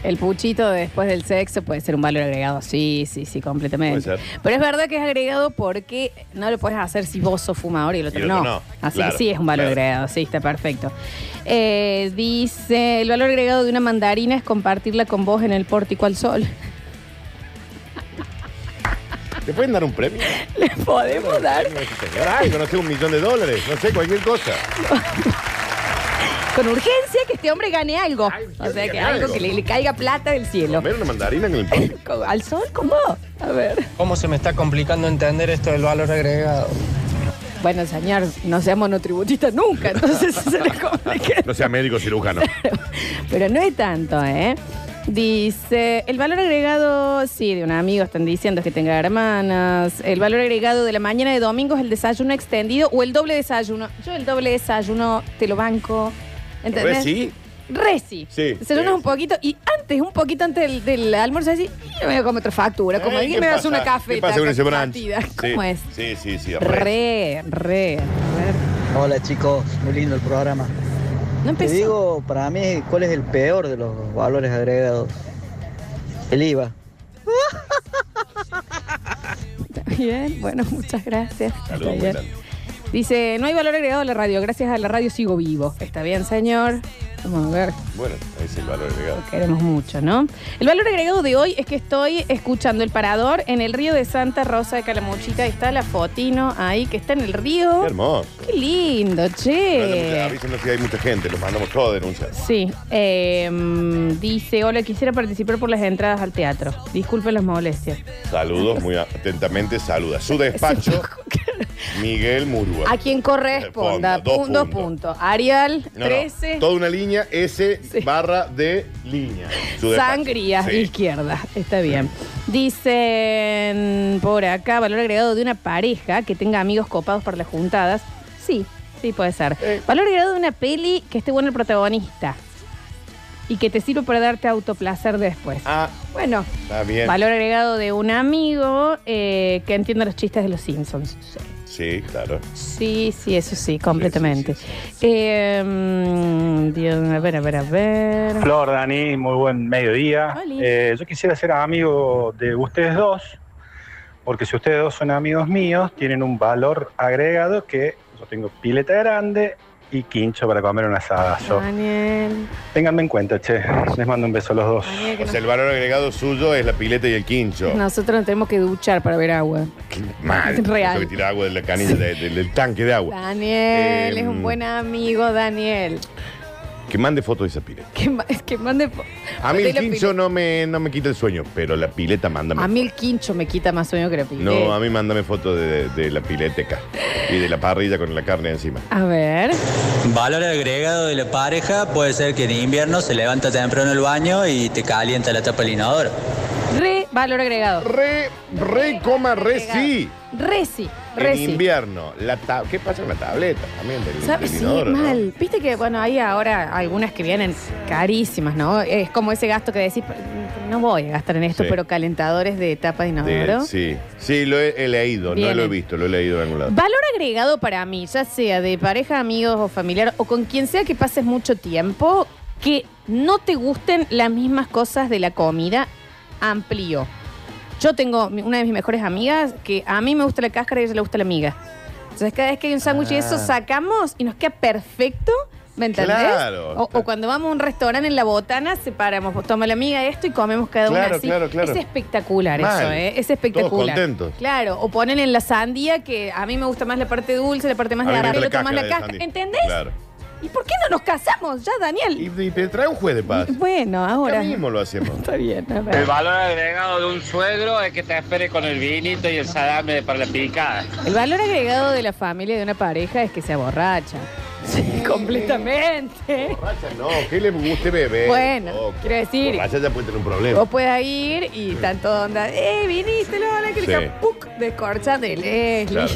[SPEAKER 1] El puchito de después del sexo puede ser un valor agregado, sí, sí, sí, completamente.
[SPEAKER 2] Puede ser.
[SPEAKER 1] Pero es verdad que es agregado porque no lo puedes hacer si vos sos fumador y el otro,
[SPEAKER 2] Y el otro
[SPEAKER 1] no.
[SPEAKER 2] no,
[SPEAKER 1] Así
[SPEAKER 2] claro,
[SPEAKER 1] que sí es un valor
[SPEAKER 2] claro.
[SPEAKER 1] agregado, sí, está perfecto. Eh, dice, el valor agregado de una mandarina es compartirla con vos en el pórtico al sol.
[SPEAKER 2] ¿Te pueden dar un premio?
[SPEAKER 1] Le podemos dar
[SPEAKER 2] Señor, algo, no sé, un millón de dólares, no sé, cualquier cosa.
[SPEAKER 1] con urgencia que este hombre gane algo.
[SPEAKER 2] Ay,
[SPEAKER 1] O sea, que
[SPEAKER 2] gane
[SPEAKER 1] algo
[SPEAKER 2] algo.
[SPEAKER 1] que le, le caiga plata del cielo.
[SPEAKER 2] Comer una mandarina en el pan.
[SPEAKER 1] Con- Al sol con vos. A ver.
[SPEAKER 7] ¿Cómo se me está complicando entender esto del valor agregado?
[SPEAKER 1] Bueno, señor, no seamos no tributistas nunca, entonces se le complica.
[SPEAKER 2] No sea médico cirujano.
[SPEAKER 1] Pero no es tanto, ¿eh? Dice, el valor agregado, sí, de un amigo están diciendo que tenga hermanas. El valor agregado de la mañana de domingo es el desayuno extendido o el doble desayuno. Yo el doble desayuno te lo banco. ¿Entendés?
[SPEAKER 2] ¿Ves? Sí.
[SPEAKER 1] Reci.
[SPEAKER 2] Sí,
[SPEAKER 1] Desayunas
[SPEAKER 2] sí,
[SPEAKER 1] un poquito y antes, un poquito antes del, del almuerzo, decís, "Y me voy a comer otra factura. Como
[SPEAKER 2] Eh,
[SPEAKER 1] alguien
[SPEAKER 2] ¿qué
[SPEAKER 1] me hace
[SPEAKER 2] pasa?
[SPEAKER 1] una cafeta.
[SPEAKER 2] ¿Qué pasa con ese brunch?
[SPEAKER 1] compartida.
[SPEAKER 2] Sí,
[SPEAKER 1] ¿Cómo es?
[SPEAKER 2] Sí, sí, sí. re.
[SPEAKER 1] Re, re, re.
[SPEAKER 7] Hola chicos, muy lindo el programa.
[SPEAKER 1] No
[SPEAKER 7] Te
[SPEAKER 1] empezó.
[SPEAKER 7] digo, para mí, ¿cuál es el peor de los valores agregados? El IVA.
[SPEAKER 1] Bien, bueno, muchas gracias.
[SPEAKER 2] Saludos,
[SPEAKER 1] Está bien.
[SPEAKER 2] muy grande.
[SPEAKER 1] Dice, no hay valor agregado a la radio, gracias a la radio sigo vivo. Está bien, señor. Vamos a ver,
[SPEAKER 2] Bueno, ese es el valor agregado.
[SPEAKER 1] lo queremos mucho, ¿no? El valor agregado de hoy es que estoy escuchando el parador en el río de Santa Rosa de Calamuchita. Ahí está la fotino ahí que está en el
[SPEAKER 2] Qué
[SPEAKER 1] río.
[SPEAKER 2] hermoso.
[SPEAKER 1] Qué lindo,
[SPEAKER 2] Manda mucha-
[SPEAKER 1] che.
[SPEAKER 2] Avísenos si hay mucha gente, los mandamos todos a denunciar.
[SPEAKER 1] Sí, eh, mm, dice, hola, quisiera participar por las entradas al teatro. Disculpen las molestias.
[SPEAKER 2] Saludos, muy atentamente saluda. Su despacho, Miguel Murúa.
[SPEAKER 1] A quien corresponda.
[SPEAKER 2] Responda, dos
[SPEAKER 1] Pun- dos
[SPEAKER 2] puntos.
[SPEAKER 1] puntos. Arial,
[SPEAKER 2] No, no,
[SPEAKER 1] 13.
[SPEAKER 2] Toda una línea S
[SPEAKER 1] Sí.
[SPEAKER 2] barra de línea. Su despacho.
[SPEAKER 1] Sangría
[SPEAKER 2] Sí.
[SPEAKER 1] izquierda, está bien. Dicen por acá, valor agregado de una pareja que tenga amigos copados para las juntadas. Sí, sí puede ser.
[SPEAKER 2] Eh.
[SPEAKER 1] Valor agregado de una peli que esté bueno el protagonista y que te sirva para darte autoplacer después.
[SPEAKER 2] Ah,
[SPEAKER 1] Bueno,
[SPEAKER 2] está bien.
[SPEAKER 1] valor agregado de un amigo eh, que entienda los chistes de los Simpsons. Sí.
[SPEAKER 2] Sí, claro.
[SPEAKER 1] Sí, sí, eso sí, completamente. Eh, mm, bien, a ver, a ver, a ver.
[SPEAKER 8] Flor, Dani, muy buen mediodía.
[SPEAKER 1] Oli.
[SPEAKER 8] Eh, yo quisiera ser amigo de ustedes dos, porque si ustedes dos son amigos míos, tienen un valor agregado que yo tengo pileta grande y quincho para comer un asadazo.
[SPEAKER 1] Daniel,
[SPEAKER 8] Ténganme en cuenta, che. Les mando un beso a los dos.
[SPEAKER 1] Daniel, que
[SPEAKER 2] O
[SPEAKER 1] no
[SPEAKER 2] sea, el valor agregado suyo es la pileta y el quincho.
[SPEAKER 1] Nosotros nos tenemos que duchar para ver agua.
[SPEAKER 2] Qué mal.
[SPEAKER 1] Real.
[SPEAKER 2] Tengo que tirar agua de la canilla, de- de- del tanque de agua.
[SPEAKER 1] Daniel,
[SPEAKER 2] Eh,
[SPEAKER 1] es un buen amigo, Daniel.
[SPEAKER 2] Que mande foto de esa pileta.
[SPEAKER 1] Que, ma- que mande. po-
[SPEAKER 2] A mí
[SPEAKER 1] de
[SPEAKER 2] el
[SPEAKER 1] la
[SPEAKER 2] quincho
[SPEAKER 1] pile-
[SPEAKER 2] no me, no me quita el sueño, pero la pileta mándame.
[SPEAKER 1] A mí el quincho me quita más sueño que la pileta.
[SPEAKER 2] No, a mí mándame foto de, de la pileteca y de la parrilla con la carne encima.
[SPEAKER 1] A ver.
[SPEAKER 9] Valor agregado de la pareja puede ser que en invierno se levanta temprano el baño y te calienta la tapa del inodoro.
[SPEAKER 1] Re, valor agregado.
[SPEAKER 2] Re, re, coma, re, sí.
[SPEAKER 1] Reci,
[SPEAKER 2] En
[SPEAKER 1] reci.
[SPEAKER 2] invierno, la ta- ¿qué pasa con la tableta también del,
[SPEAKER 1] ¿Sabes?
[SPEAKER 2] del
[SPEAKER 1] Sí,
[SPEAKER 2] inodoro, no?
[SPEAKER 1] mal. Viste que, bueno, hay ahora algunas que vienen carísimas, ¿no? Es como ese gasto que decís, no voy a gastar en esto,
[SPEAKER 2] Sí.
[SPEAKER 1] pero calentadores de tapa de
[SPEAKER 2] De-
[SPEAKER 1] inodoro.
[SPEAKER 2] sí, sí, lo he, he leído,
[SPEAKER 1] Viene.
[SPEAKER 2] no lo he visto, lo he leído en algún lado.
[SPEAKER 1] Valor agregado para mí, ya sea de pareja, amigos o familiar, o con quien sea que pases mucho tiempo, que no te gusten las mismas cosas de la comida, amplío. Yo tengo mi- una de mis mejores amigas que a mí me gusta la cáscara y a ella le gusta la miga. Entonces, cada vez que hay un sándwich y eso,
[SPEAKER 3] Ah.
[SPEAKER 1] sacamos y nos queda perfecto. ¿Me entendés?
[SPEAKER 2] Claro.
[SPEAKER 1] O, o cuando vamos a un restaurante en la botana, separamos, pues, toma la miga esto y comemos cada
[SPEAKER 2] Claro,
[SPEAKER 1] una así.
[SPEAKER 2] claro, claro.
[SPEAKER 1] Es espectacular eso,
[SPEAKER 2] Mal.
[SPEAKER 1] ¿eh? Es espectacular.
[SPEAKER 2] Todos contentos.
[SPEAKER 1] Claro, o ponen en la sandía que a mí me gusta más la parte dulce, la parte más
[SPEAKER 2] A mí me
[SPEAKER 1] de arriba,
[SPEAKER 2] gusta
[SPEAKER 1] la otra más la
[SPEAKER 2] de
[SPEAKER 1] cáscara.
[SPEAKER 2] Sandy.
[SPEAKER 1] ¿Entendés?
[SPEAKER 2] Claro.
[SPEAKER 1] ¿Y por qué no nos casamos ya, Daniel?
[SPEAKER 2] Y, y te trae un juez de paz.
[SPEAKER 1] Bueno, ahora.
[SPEAKER 2] Ahora mismo lo hacemos.
[SPEAKER 1] Está bien, a ver.
[SPEAKER 7] valor agregado de un suegro es que te espere con el vinito y el salame para la picada.
[SPEAKER 1] El valor agregado de la familia y de una pareja es que sea borracha. Sí, completamente.
[SPEAKER 2] Borracha, no, ¿qué le guste beber?
[SPEAKER 1] Bueno,
[SPEAKER 2] Oh,
[SPEAKER 1] quiero decir-
[SPEAKER 2] Borracha ya puede tener un problema.
[SPEAKER 1] Vos puedas ir y tanto onda. ¡Eh, viniste, lo van a
[SPEAKER 2] Sí.
[SPEAKER 1] clicar! ¡Puc! Descorchate,
[SPEAKER 2] Claro.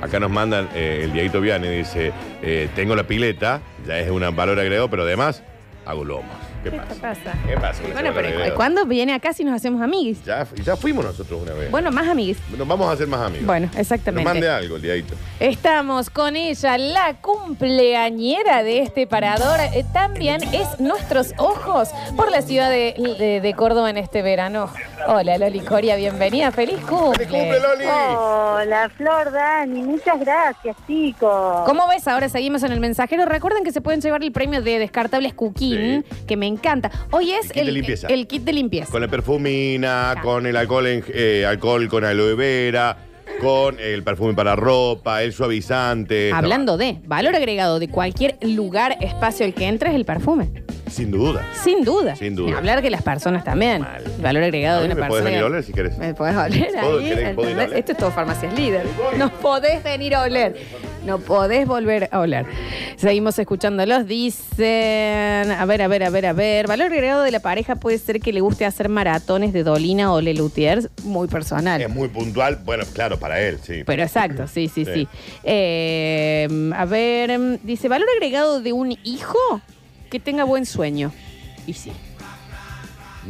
[SPEAKER 2] Acá nos mandan eh, el Dieguito Viani, dice, eh, tengo la pileta, ya es un valor agregado, pero además hago lomos. ¿Qué
[SPEAKER 1] ¿Qué
[SPEAKER 2] pasa?
[SPEAKER 1] te pasa?
[SPEAKER 2] ¿Qué pasa? con ese
[SPEAKER 1] Bueno,
[SPEAKER 2] valor
[SPEAKER 1] pero
[SPEAKER 2] agregado?
[SPEAKER 1] ¿cuándo viene acá si nos hacemos amiguis?
[SPEAKER 2] Ya, fu- ya fuimos nosotros una vez.
[SPEAKER 1] Bueno, más amiguis.
[SPEAKER 2] Nos vamos a hacer más amigos.
[SPEAKER 1] Bueno,
[SPEAKER 2] Nos mande
[SPEAKER 1] exactamente.
[SPEAKER 2] algo, el Dieguito.
[SPEAKER 1] Estamos con ella, la cumpleañera de este parador. Eh, también es Nuestros Ojos por la ciudad de, de- de Córdoba en este verano. Hola, Loli Coria, bienvenida. ¡Feliz cumple!
[SPEAKER 2] ¡Feliz cumple, Loli!
[SPEAKER 10] Hola, Flor Dani, muchas gracias, chicos.
[SPEAKER 1] ¿Cómo ves? Ahora seguimos en el mensajero. Recuerden que se pueden llevar el premio de descartables cooking, que me encanta. Hoy es
[SPEAKER 2] El kit de limpieza.
[SPEAKER 1] el kit de limpieza.
[SPEAKER 2] Con la perfumina,
[SPEAKER 1] Ya.
[SPEAKER 2] con el alcohol, en- eh, alcohol con aloe vera, con el perfume para ropa, el suavizante.
[SPEAKER 1] Hablando de valor agregado de cualquier lugar, espacio al que entres, el perfume.
[SPEAKER 2] Sin duda.
[SPEAKER 1] Sin duda.
[SPEAKER 2] Sin duda.
[SPEAKER 1] Ni hablar que las personas también. El valor agregado
[SPEAKER 2] A
[SPEAKER 1] de
[SPEAKER 2] mí
[SPEAKER 1] una persona.
[SPEAKER 2] me podés venir a
[SPEAKER 1] que-
[SPEAKER 2] oler si querés.
[SPEAKER 1] Me podés oler
[SPEAKER 2] ¿Puedo?
[SPEAKER 1] ahí.
[SPEAKER 2] ¿Querés-
[SPEAKER 1] ¿entendés?
[SPEAKER 2] puedo ir a oler?
[SPEAKER 1] Esto es todo farmacias líder. No podés venir a oler. No podés volver a oler. Seguimos escuchándolos. Dicen, a ver, a ver, a ver, a ver. Valor agregado de la pareja puede ser que le guste hacer maratones de Dolina o Lelutiers. Muy personal.
[SPEAKER 2] Es muy puntual, bueno, claro, para él, sí.
[SPEAKER 1] Pero exacto, sí, sí, sí.
[SPEAKER 2] Sí.
[SPEAKER 1] Eh, a ver, mm, dice, valor agregado de un hijo que tenga buen sueño. Y sí.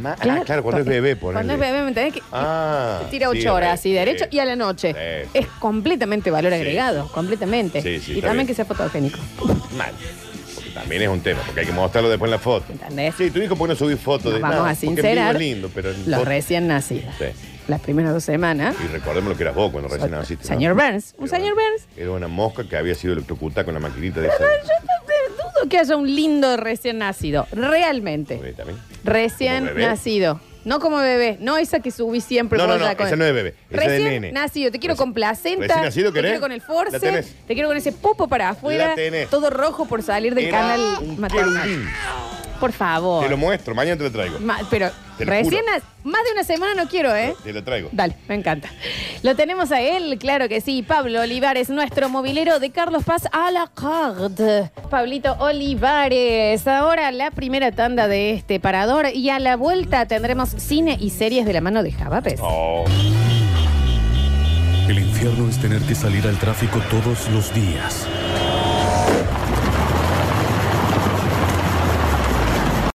[SPEAKER 2] Ma- ah, claro, cuando es
[SPEAKER 1] porque-
[SPEAKER 2] bebé, por
[SPEAKER 1] Cuando es bebé, ¿me entendés? Que
[SPEAKER 2] Ah,
[SPEAKER 1] se tira
[SPEAKER 2] sí,
[SPEAKER 1] ocho horas,
[SPEAKER 2] re-
[SPEAKER 1] así derecho,
[SPEAKER 2] sí.
[SPEAKER 1] y a la noche.
[SPEAKER 2] Sí.
[SPEAKER 1] Es completamente valor
[SPEAKER 2] Sí.
[SPEAKER 1] agregado, completamente.
[SPEAKER 2] Sí, sí,
[SPEAKER 1] y
[SPEAKER 2] está
[SPEAKER 1] también
[SPEAKER 2] bien.
[SPEAKER 1] que sea fotogénico.
[SPEAKER 2] Mal. Porque también es un tema, porque hay que mostrarlo después en la foto.
[SPEAKER 1] ¿Entendés?
[SPEAKER 2] Sí, tu hijo puede no subir fotos
[SPEAKER 1] Nos
[SPEAKER 2] de
[SPEAKER 1] vamos
[SPEAKER 2] nada,
[SPEAKER 1] a
[SPEAKER 2] porque en vivo
[SPEAKER 1] sincerar.
[SPEAKER 2] Es lindo, pero en
[SPEAKER 1] Los
[SPEAKER 2] foto-
[SPEAKER 1] recién nacidos.
[SPEAKER 2] Sí.
[SPEAKER 1] Las primeras dos semanas.
[SPEAKER 2] Y recordemos lo que eras vos cuando recién naciste. ¿no?
[SPEAKER 1] Señor Burns. Un
[SPEAKER 2] Pero
[SPEAKER 1] señor
[SPEAKER 2] bueno,
[SPEAKER 1] Burns.
[SPEAKER 2] Era una mosca que había sido electrocutada con la maquinita de esa.
[SPEAKER 1] Dudo que haya un lindo recién nacido. Realmente.
[SPEAKER 2] Sí, también.
[SPEAKER 1] Recién
[SPEAKER 2] ¿Como bebé?
[SPEAKER 1] nacido. No como bebé, no esa que subí siempre.
[SPEAKER 2] No,
[SPEAKER 1] vos
[SPEAKER 2] no, no,
[SPEAKER 1] ya con-
[SPEAKER 2] esa no es bebé, esa es de
[SPEAKER 1] Recién
[SPEAKER 2] nene.
[SPEAKER 1] nacido, te quiero
[SPEAKER 2] Reci-
[SPEAKER 1] con placenta.
[SPEAKER 2] recién nacido,
[SPEAKER 1] te
[SPEAKER 2] ¿querés?
[SPEAKER 1] quiero con el
[SPEAKER 2] La
[SPEAKER 1] force,
[SPEAKER 2] tenés.
[SPEAKER 1] te quiero con ese popo para afuera,
[SPEAKER 2] La tenés.
[SPEAKER 1] todo rojo por salir del
[SPEAKER 2] Era
[SPEAKER 1] canal
[SPEAKER 2] un
[SPEAKER 1] maternal.
[SPEAKER 2] querubín.
[SPEAKER 1] Por favor.
[SPEAKER 2] Te lo muestro, mañana te lo traigo.
[SPEAKER 1] Ma- pero
[SPEAKER 2] Te lo
[SPEAKER 1] recién,
[SPEAKER 2] juro.
[SPEAKER 1] nas- más de una semana no quiero, ¿eh?
[SPEAKER 2] Te lo traigo.
[SPEAKER 1] Dale, me encanta. Lo tenemos a él, claro que sí. Pablo Olivares, nuestro movilero de Carlos Paz a la carte. Pablito Olivares, ahora la primera tanda de este parador y a la vuelta tendremos cine y series de la mano de Javapes.
[SPEAKER 2] Oh,
[SPEAKER 4] El infierno es tener que salir al tráfico todos los días.